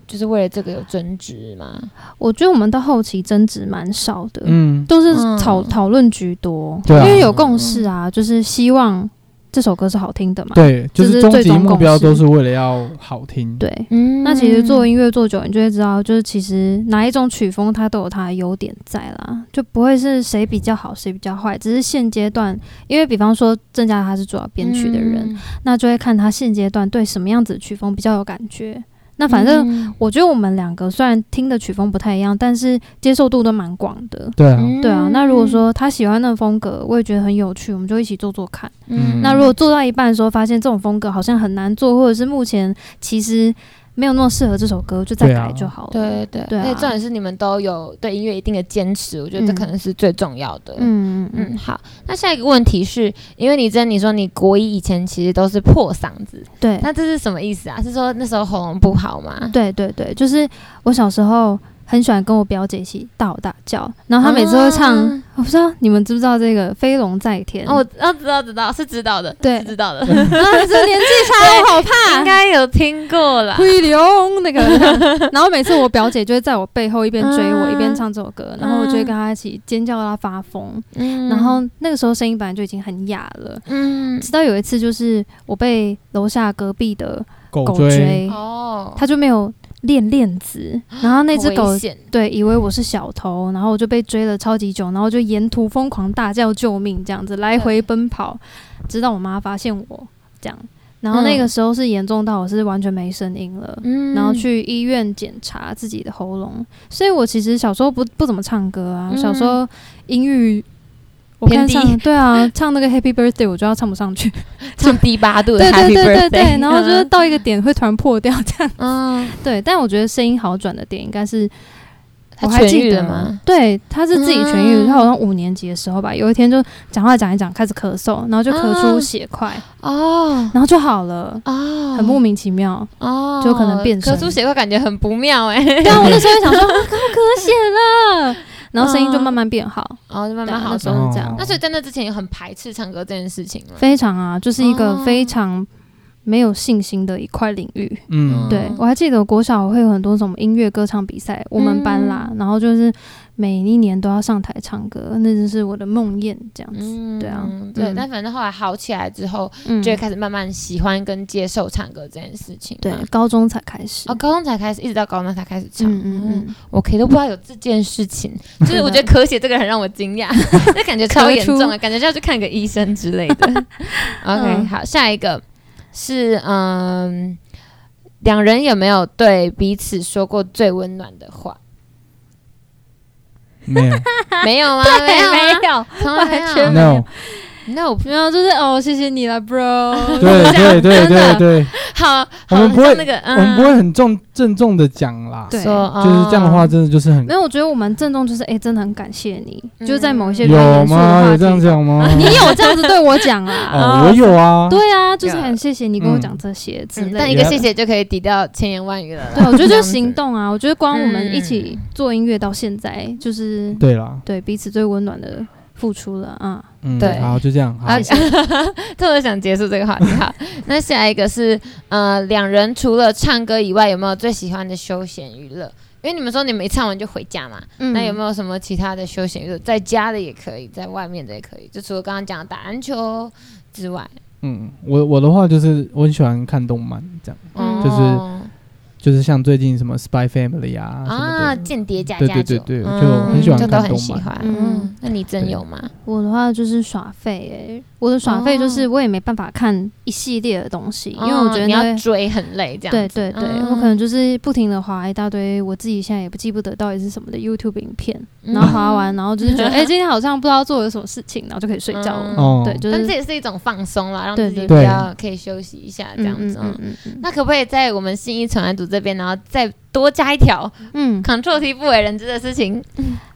就是为了这个有争执吗？我觉得我们到后期争执蛮少的，嗯，都是嗯讨讨论居多，对啊因为有共识啊，就是希望这首歌是好听的嘛。对，就这是是终最极终目共标识都是为了要好听。对，嗯那其实做音乐做久，你就会知道，就是其实哪一种曲风它都有它的优点在啦，就不会是谁比较好谁比较坏，只是现阶段，因为比方说郑家他是主要编曲的嗯人，，那就会看他现阶段对什么样子的曲风比较有感觉。那反正正我觉得我们两个虽然听的曲风不太一样，但是接受度都蛮广的。对啊，嗯对啊，那如果说他喜欢那个风格，我也觉得很有趣，我们就一起做做看。嗯那如果做到一半的时候，发现这种风格好像很难做，或者是目前其实没有那么适合这首歌，就再对啊改就好了。对对对啊而且重点是你们都有对音乐一定的坚持，我觉得这嗯可能是最重要的。嗯嗯嗯嗯，，好。那下一个问题是，因为你真你说你国一以前其实都是破嗓子，对那这是什么意思啊？是说那时候喉咙不好吗？对对对，就是我小时候很喜欢跟我表姐一起大吼大叫，然后她每次会唱，啊我不知道你们知不知道这个《飞龙在天》哦，我哦知道知道是知道的，对是知 道的， 那是年纪对差，我好怕应。该有听过啦。灰 龙那个，然后每次我表姐就会在我背后一边追我，嗯一边唱这首歌，然后我就会跟她一起尖叫到她发疯。啊嗯然后那个时候声音本来就已经很哑了，嗯，直到有一次就是我被楼下隔壁的狗狗追，追，哦，它就没有链链 子，然后那只好狗危险哦对，以为我是小偷，然后我就被追了超级久，然后就沿途疯狂大叫救命，这样子来回奔跑，直到我妈发现我这样。然后那嗯个时候是严重到我是完全没声音了，嗯然后去医院检查自己的喉咙。所以我其实小时候不不怎么唱歌啊，小时候英语我嗯偏看低上对啊，唱那个 Happy Birthday 我就要唱不上去，唱低八度的对 Happy 对对对 Birthday 对，然后就是到一个点会突然破掉这样。 嗯，嗯 对，但我觉得声音好转的点应该是他我还痊记愈得了吗？？对，他是自己痊愈，嗯他好像五年级的时候吧，有一天就讲话讲一讲，开始咳嗽，然后就咳出血块，哦然后就好了，哦，很莫名其 妙。哦，就可能变声咳出血块，感觉很不妙 哎、欸。对啊，我那时候就想说，啊我咳血了，然后声音就慢嗯慢变好，然哦后就慢对慢啊好那时说。候是这样哦，那所以在那之前也很排斥唱歌这件事情了。非常啊，就是一个哦非常没有信心的一块领域。嗯，对我还记得国小会有很多什么音乐歌唱比赛，我们班啦，然后就是每一年都要上台唱歌，那就是我的梦魇这样子。嗯对啊对。嗯但反正后来好起来之后，嗯，就会开始慢慢喜欢跟接受唱歌这件事情嘛。对，高中才开始嗯哦，。高中才开始，一直到高中才开始唱。哦嗯嗯嗯，我可以都不知道有这件事情，就是我觉得 咳血这个很让我惊讶，这感觉超严重咳啊，感觉就要去看个医生之类 的。OK，、嗯好，下一个是嗯，两人有没有对彼此说过最温暖的话？没没有有吗？没有对吗，没有，从来没完有全啊。 ，no， No，没有，就是哦，谢谢你了，bro。对对对真的对对，好，好我们不会像那个，我嗯、们不会很重郑重的讲啦，对说，就是这样的话，哦真的就是很 没有，我觉得我们郑重就是，哎、真的很感谢你，嗯就是在某一些比较有严肃的吗？话有题这样讲吗？ 你有这样子对我讲啊？ 哦，我有啊， 对啊，就是有很谢谢你跟我嗯讲这些之嗯类的。但一个谢谢就可以抵掉千言万语了啦。对，我觉得这就样是子行。动啊，我觉得光我们一起嗯做音乐到现在，就是对啦，对彼此最温暖的付出了啊。嗯，对好，就这样，好啊，， 特别想结束这个话题。 好，那下一个是呃，两人除了唱歌以外，有没有最喜欢的休闲娱乐？因为你们说你们一唱完就回家嘛，嗯那有没有什么其他的休闲娱乐？在家的也可以，在外面的也可以，就除了刚刚讲的打篮球之外，嗯，我我的话就是我很喜欢看动漫，这样嗯就是哦就是像最近什么《Spy Family》啊什啊，么的，间谍家对家对对酒，对嗯就很喜欢这都看很动喜漫欢。嗯嗯，那你真对有吗？我的话就是耍废诶、我的耍废就是哦我也没办法看一系列的东西，因为我哦觉得你那会要追很累，这样对子对对，嗯我可能就是不停的划一大堆，我自己现在也不记不得到底是什么的 YouTube 影片，嗯 然后划完，然后就 是觉得，哎、今天好像不知道做了什么事情，然后就可以睡觉了。嗯哦对，就但是这也是一种放松啦，让对自己对比对较可以休息一下，这样子。嗯嗯嗯 那可不可以在我们信义传爱组这边，然后再多加一条嗯， Ctrl T 不为人知的事 情，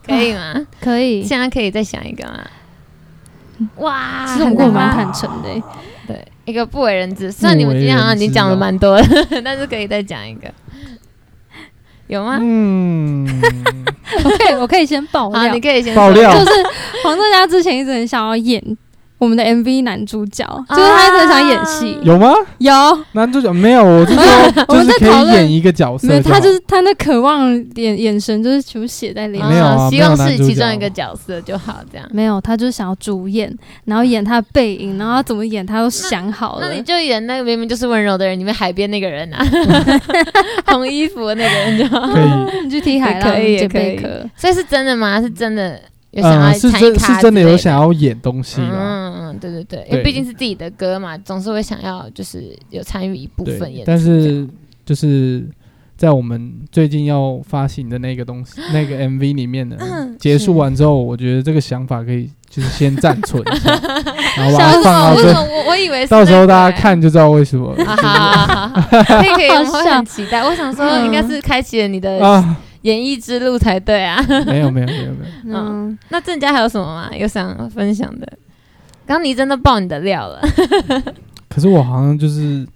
可以吗？可以。现在可以再想一个吗？嗯哇，其实我很们过得难蛮吗坦诚的、欸，对一个不为人知。虽然你们今天好像已经讲了蛮多了， 但是可以再讲一个，有吗？嗯， 我可以我可以先爆好，料你，可以先爆料说 就是黄大家之前一直很想要演。我们的 MV 男主角，就是他一直很想演戏，有吗？有男主角没有，我就说 就我们是在可讨以论演一个角色没好，有？他就是他那渴望眼眼神，就是全部写在脸有上。没有啊哦希望没有男是主其中角一个角色就好，这样。没有，他就是想要主演，然后演他的背影，然后他怎么演他都想好那了你。就演那个明明就是温柔的人，你们海边那个人啊， 红衣服的那个人就好。可以，你去踢海可浪，以捡可贝以壳。所以是真的吗？是真的有想要嗯，是参与真咖是之真的有类想要演东西啊啦，嗯，对对对，因对为毕竟是自己的歌嘛，总是会想要就是有参与一部分对演，出但这样是就是在我们最近要发行的那个 东西，那个 MV 里面呢，嗯结束完之后，我觉得这个想法可以就是先暂存 一下，然后为什么？哦把它放到为什么这，我我以为是到时那候个大家欸。看就知道为什么啊好好好好， 可以可以，我们会很期待。我想说，嗯应该是开启了你的啊，演艺之路才对啊。 没有没有没有没有，嗯，那郑家还有什么吗？有想分享的？刚刚你真的爆你的料了，可是我好像就是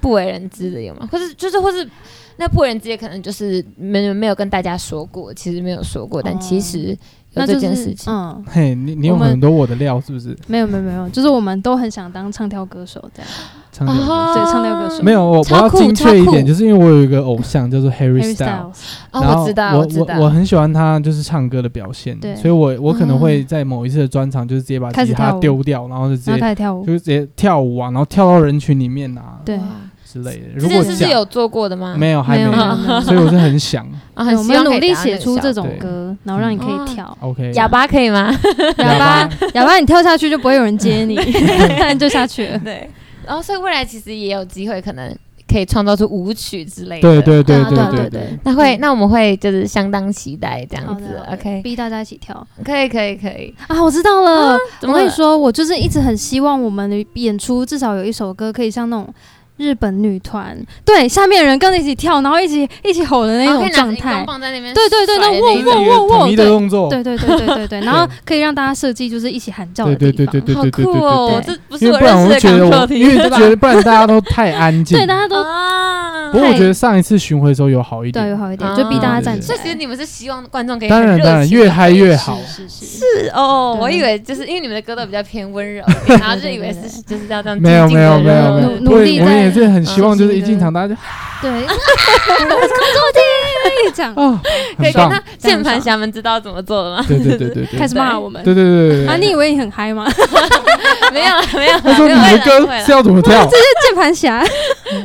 不为人知的有吗？或是就是或是那不为人知也可能就是没有没有跟大家说过，其实没有说过，但哦其实有那就这件是事情。嗯，嘿，你你有我们很多我的料是不是？没有没有没有，就是我们都很想当唱跳歌手这样。唱这首歌哦对，唱跳歌手没有，我我超要酷精超确一点，酷就是因为我有一个偶像叫做 Harry Harry Styles， Styles，哦，我知道，我知道，我很喜欢他就是唱歌的表现，对嗯所以我我可能哦会在某一次的专场就是直接把开吉始他跳舞丢掉，然后就直然后接他也跳舞就。是直接跳舞啊，然后跳到人群里面啊对，哇之类的。这如果件事是讲有做过的吗？没有还没有没有有，没有，所以我是很想啊，很我希们望努可以力达到写那个出效果这种对歌，然后让你可嗯以跳。 OK 哑巴可以吗？ 哑巴巴，哑巴，你跳下去就不会有人接你，你就下去了。对，然后哦所以未来其实也有机会，可能可以创造出舞曲之类对的。对对啊对对对对对，那会，那我们会就是相当期待这好样子的好的，OK，逼大家一起跳可以，可以，可以。啊！我知道了，怎么我跟会你？说，我就是一直很希望我们的演出至少有一首歌可以像那种日本女团，对，下面的人跟着一起跳，然后一起一起吼的那哦可以种拿着状荧光态。棒在那边甩的对对对那对一种，就哇是一哇个哇统一的对动作，对对对对对对，然后可以让大家设计就是一起喊叫的对对地方。对对好酷哦！这不是因为我不然认我会识觉得的我，港因为对觉得不然大家都太安静。对大家都啊不过我觉得上一次巡回的时候有好一对有点，好一啊点，就逼大家站起所以来。其实你们是希望观众可以当然很热当然情越地嗨回越应好是是是，是哦，对我以为就是因为你们的歌都比较偏温 柔一点，然后就以为是就是嗯要这样没有静静没有地没有热没有，努我努也力我们在也是很希望嗯就是一努力进场大家就对，对，这样啊， 可以很跟棒，他键盘侠们知道怎么做了吗？对对对对对，开始骂我们对对对对对啊！你以为你很嗨吗？ 没有没有，他说没你有的不会歌啦是要怎么 跳？键盘侠，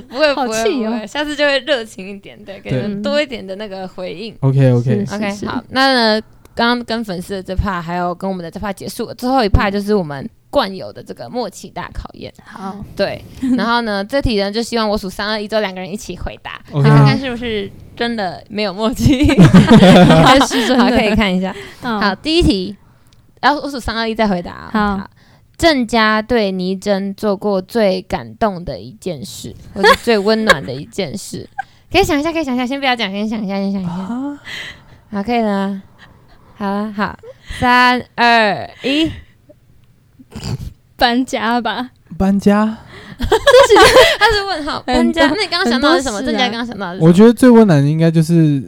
不会不好会气不哦会，下次就会热情一点，对，给你们对多一点的那个回应。 OK OK，是 OK，好，那呢刚刚跟粉丝的这 part 还有跟我们的这 part 结束了，最后一嗯 part 就是我们惯有的这个默契大考验。好，对， 然后呢，这题呢就希望我数三二一之后，两个人一起回答， OK 看看是不是真的没有默 契。应该是真的。好，可以看一下。嗯好，，第一题，然后我数三二一再回答哦、好郑家对倪珍做过最感动的一件事，或者最温暖的一件事， 可以想一下，可以想一下，先不要讲，先想一下，先想一下。好，可以了吗。好啊，好，三二一，搬家吧，搬家， 他是问 号。很郑家，多那你刚刚想到的是什么？很郑多事啊家刚刚想到的是什么？我觉得最温暖的应该就是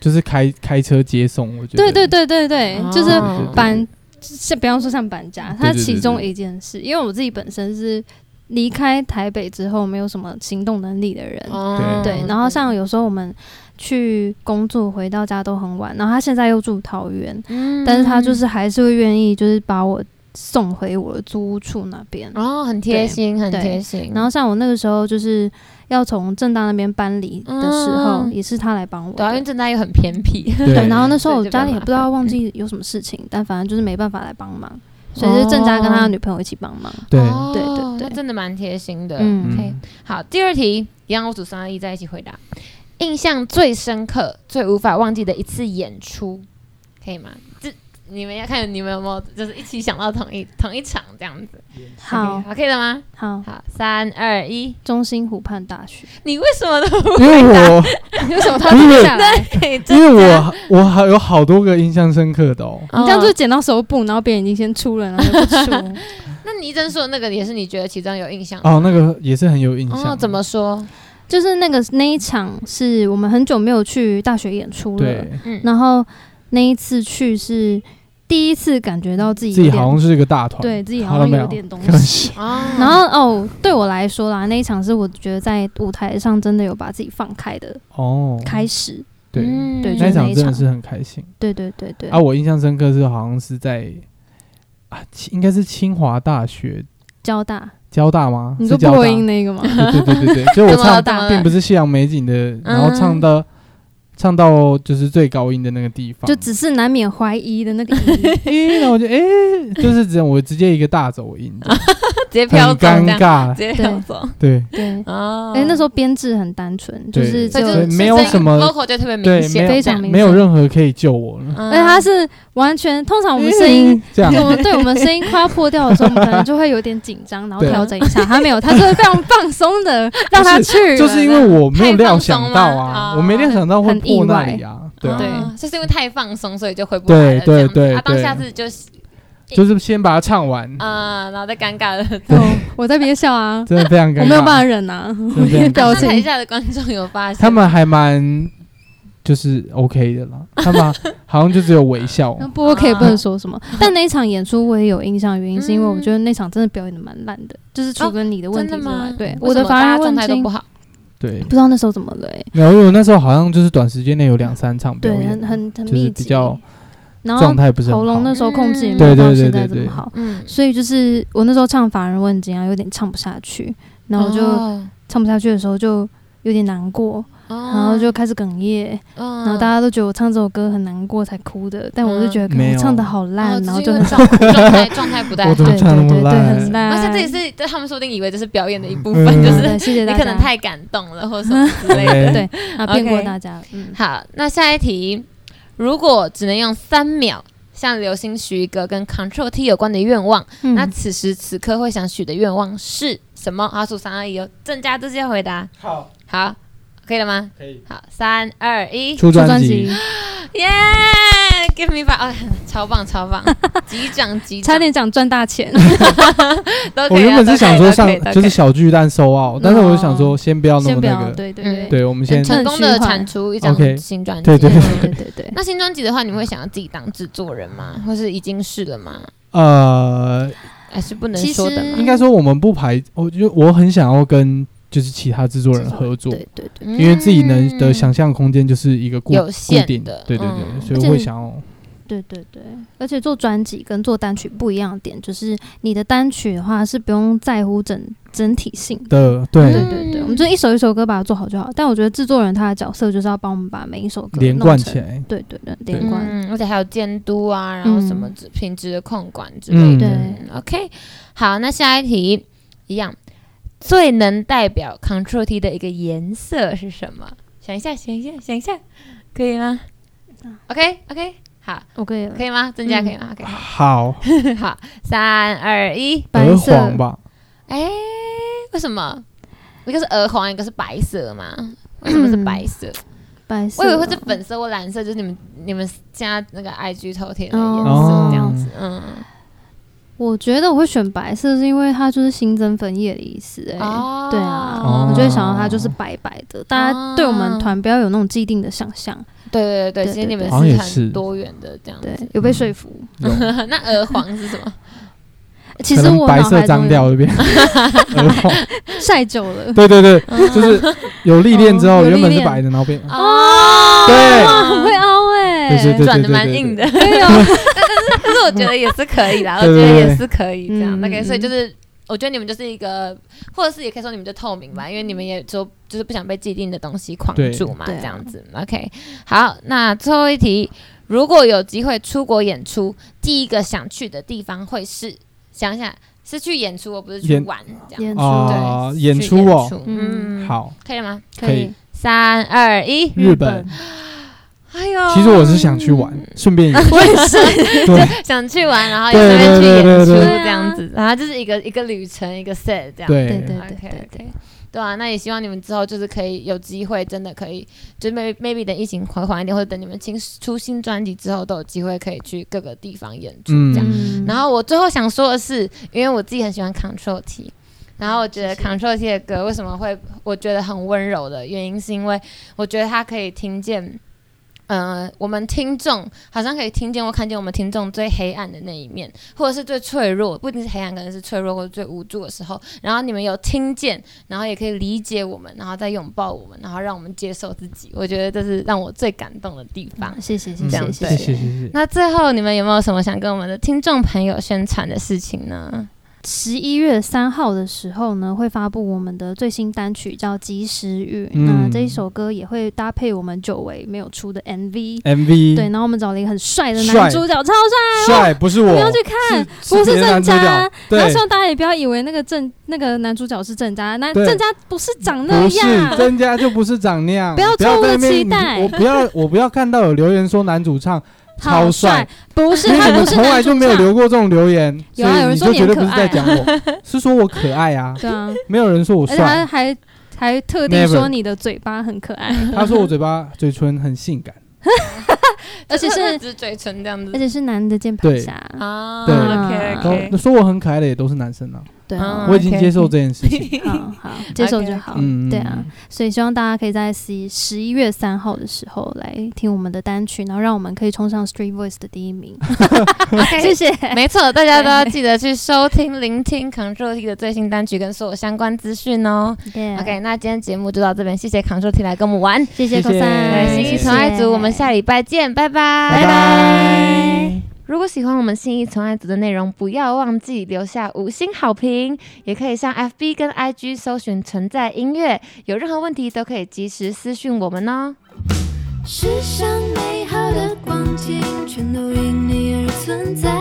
就是开开车接送，我觉得对对对对对，就是哦搬，像比方说像搬家，对它对对其中对一件事，因为我自己本身是离开台北之后没有什么行动能力的人，哦对，然后像有时候我们去工作回到家都很晚，然后他现在又住桃园，嗯但是他就是还是会愿意就是把我送回我的租屋处那边，哦，很贴心，很对贴心。然后像我那个时候就是要从正大那边搬离的时候，嗯也是他来帮我对啊，因为的。郑家又很偏僻，对，然后那时所以候我就比较家里也麻不知道烦忘记有什么事情，但反正就是没办法来帮忙，所以是郑家跟他的女朋友一起帮忙。对哦对对对那真的蛮贴心的。嗯 OK，好，第二题，一样我数三二一在一起回答。印象最深刻、最无法忘记的一次演出，可以吗？这你们要看你们有没有，就是一起想到同一同一场这样子。好 OK，好，可以了吗？好，好，三二一，中心湖畔大学，你为什么都不因为我 为什么他因停为下来？给因郑为家？我我还有好多个印象深刻的哦，你这样就捡到手补，然后别人已经先出了，然后就不出。那倪珍说的那个也是你觉得其中有印象的哦，那个也是很有印象哦，，怎么说？ 就是那个那一场是我们很久没有去大学演出了，对嗯，然后那一次去是第一次感觉到自己自有己点好像是个大团，对自己好好了像没有有点东开玩西笑。啊然后哦，对我来说啦，那一场是我觉得在舞台上真的有把自己放开的哦，开嗯始。对，那对就一是那场一真的场是很开心对对对对，啊！我印象深刻是好像是在啊，清应该是清华大学、交大，交大吗？你是说交破大。音那个吗？ 对对对对对，就我怎么了唱怎么了并不是夕阳美景的，然嗯后唱到、唱到就是最高音的那个地方，就只是难免怀疑的 那个音诶，然后我就诶，就是这样，我直接一个大走音，啊直接很飘走，尴这样尬直，接飘走对对，啊哎、那时候编制很单纯，就对是只所以有就对是没有声音什么 vocal 就特别对明显，没有非常明没有任何可以救我了。而而且它是完全，通常我们声音， 这样对我们对我们声音快要破掉的时候，我们可能就会有点紧张，然后 对调整一下。它没有，它是会非常放松 的，让它去就是因为我没有料想到太放松啊，吗我没料想到会很破意那外哦里啊，对啊，对就是因为太放松，所以就回不来了。对对这样子对啊，当对下次就是就是先把它唱完，啊，然后再尴 尬的。对、哦，我在憋笑啊，真的非常尴尬，我没有办法忍啊，真的非常表那情台下的观众有发现他们还蛮就是 OK 的啦，他们好像就只有微笑，那不 OK 也不能说什么。啊但那一场演出我也有印象，原因是因为我觉得那场真的表演的蛮烂的，就是除了你的问真题的之外，吗？对为我什的么反大家而状问态都清不。好，对不，知道那时候怎么了、欸，没有，因为我那时候好像就是短时间内有两三场表对，演，很很就很是密比集，较然后状态不是很喉咙好那，时候控制也嗯没有对对到对现在对这么对好，嗯，所以就是我那时候唱《法人问津》啊，有点唱不下去，然后我就哦，唱不下去的时候就有点难过，然然后就开始哽咽，然然后大家都觉得我唱这首歌很难过才哭的，但我就觉得没有我唱的好哦烂，然后就 很很状态状态不太我好怎。么对唱那对么对对烂很？烂，而且哦这也是对他们说不定以为这是表演的一部嗯分，就是 对，谢谢你大家，可能太感动了或什么之类的。对对 啊骗过 OK 大家了，嗯，好，那下一题，如果只能用三秒向流星许一个跟 Control T 有关的愿望，嗯那此时此刻会想许的愿望是什么？阿数三二一，哦，郑家直接回答。好，好，可以了吗？可以好，三二 一，出嗯出专专辑辑，耶、g i v e me back！哦，超棒，超 棒，击掌，击掌，差点想赚大钱，都可我以了。原本是想说上都可以就都可是，以都可以小巨蛋收澳，但是我就想说先不要那嗯先么不那要，个，对对嗯对对，我们先成功的很虚幻产出一张 OK，新专辑。对对对对对对，那新专辑的话，你们会想要自己当制作人吗？或是已经是了吗？呃，还是不能其说的实吗？应该说我们不排，我就我很想要跟就是其他制作人合作，对对对，因为自己能的嗯想象空间就是一个固有固限定的对对对，嗯所以而且会想要对对对，而且做专辑跟做单曲不一样的点，就是你的单曲的话是不用在乎整整体性。的对对嗯对对，我们就一首一首歌把它做好就好。但我觉得制作人他的角色就是要帮我们把每一首歌连弄贯成起。来，对对对，对连贯。嗯，而且还有监督啊，然后什么嗯质品质的控管之类的。嗯 OK，好，那下一题一样，最能代表 Control T 的一个颜色是什么？想一下，想一下，想一下，可以吗？OK OK，好，我可以了可以吗？增加嗯可以吗？OK，好好，好，三二一，白鹅色黄吧，哎，为什么？一个是鹅黄，一个是白色嘛？为什么是白色？白色我以的，为会是粉色或蓝色，就是你们你们家那个 IG 头贴的颜色哦这样子，嗯。我觉得我会选白色，是因为它就是新增粉叶的意思、哎、哦对啊，哦我就会想到它就是白白的。大家对我们团不要有那种既定的想象，对对对对其实你们好像也是很多元的这样对子。，有被说服。有 那鹅黄是什么？ 其可实能我白脑色海脏中掉有这 边，鹅黄，晒久了，对对对，就是有历练之嗯哦后，有原本历是练白的，然后变，哦对哇，很会凹哎、对对对转的蛮硬的，哎呦，欸哦但是我觉得也是可以啦，我对觉对得对也是可以这样。嗯 OK，嗯所以就是。我觉得你们就是一个，或者是也可以说你们就透明吧，因为你们也就就是不想被既定的东西框对住嘛，对啊这样子。OK，好，那最后一题，如果有机会出国演出，第一个想去的地方会是，想想是去演出，而哦不是去演玩这样。演出、啊对，演去出哦，嗯，，好，可以了吗？可以。三二一，日本，哎呦！其实我是想去玩，嗯顺便演，啊我也是， 对就想去玩，然后也对顺便去对对演出对对这样子，然后就是一个一个旅程，一个 set 这样。啊对对对对对 OK 对 OK，对啊，那也希望你们之后就是可以有机会，真的可以，就是 maybe maybe 等疫情缓缓一点，或者等你们新出新专辑之后，都有机会可以去各个地方演出这样。嗯然后我最后想说的是，因为我自己很喜欢 Control T，然后我觉得 Control T 的歌为什么会我觉得很温柔的原因，是因为我觉得它可以听见呃，我们听众好像可以听见或看见我们听众最黑暗的那一面，或者是最脆弱，不一定是黑暗，可能是脆弱或者最无助的时候。然后你们有听见，然后也可以理解我们，然后再拥抱我们，然后让我们接受自己。我觉得这是让我最感动的地方。谢谢谢嗯这谢样谢谢谢。谢谢那最后，你们有没有什么想跟我们的听众朋友宣传的事情 呢？十一月三号的时候呢，会发布我们的最新单曲叫《及时雨》，嗯那这一首歌也会搭配我们久违没有出的 MV。 MV 对，然后我们找了一个很帅的嗯帅男主角，超帅，帅不是我，不要去看。是不是别的男主郑角嘉然后对希，望大家也不要以为那个郑那个男主角是郑家，那对郑家不是长那不是样，啊增加就不是长那样，不要在错误地那边期你待我不要我不要看到有留言说男主唱超好帅，，不是因为他你们不是从来男就主没有角，留过这种留言，有所啊以有人你说就你绝对很不可是在爱讲我，是说我可爱 啊，对啊，没有人说我而且他帅，还还特地 Never 说你的嘴巴很 可爱，他说我嘴巴嘴唇很性感，嗯而且是只嘴唇这样子而且是男的键盘对侠，啊对，OK 然后 OK，那说我很可爱的也都是男生啊，对嗯啊，我已经接受这件事情， 好嗯好接受就好，嗯，对啊，所以希望大家可以在十十一月三号的时候来听我们的单曲，然后让我们可以冲上 Street Voice 的第一 名，谢 谢， 没错，大家都要记得去收 听、聆听 Control T 的最新单曲跟所有相关资讯哦。 Yeah OK，那今天节目就到这边，谢谢 Control T 来跟我们玩，谢谢谢口谢三，对，对新一从爱组，我们下礼拜见，拜拜，拜拜。如果喜欢我们信义从爱组的内容，不要忘记留下五星好评，也可以上 FB 跟 IG 搜寻“存在音乐”，有任何问题都可以及时私讯我们哦。世上美好的光景，全都因你而存在。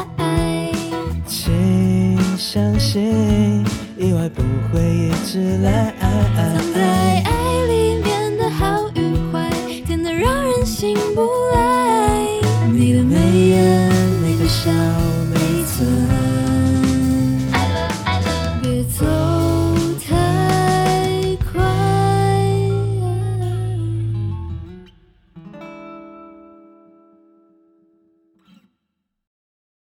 请相信，意外不会一直来。藏在爱里面的好与坏，甜得让人醒不啊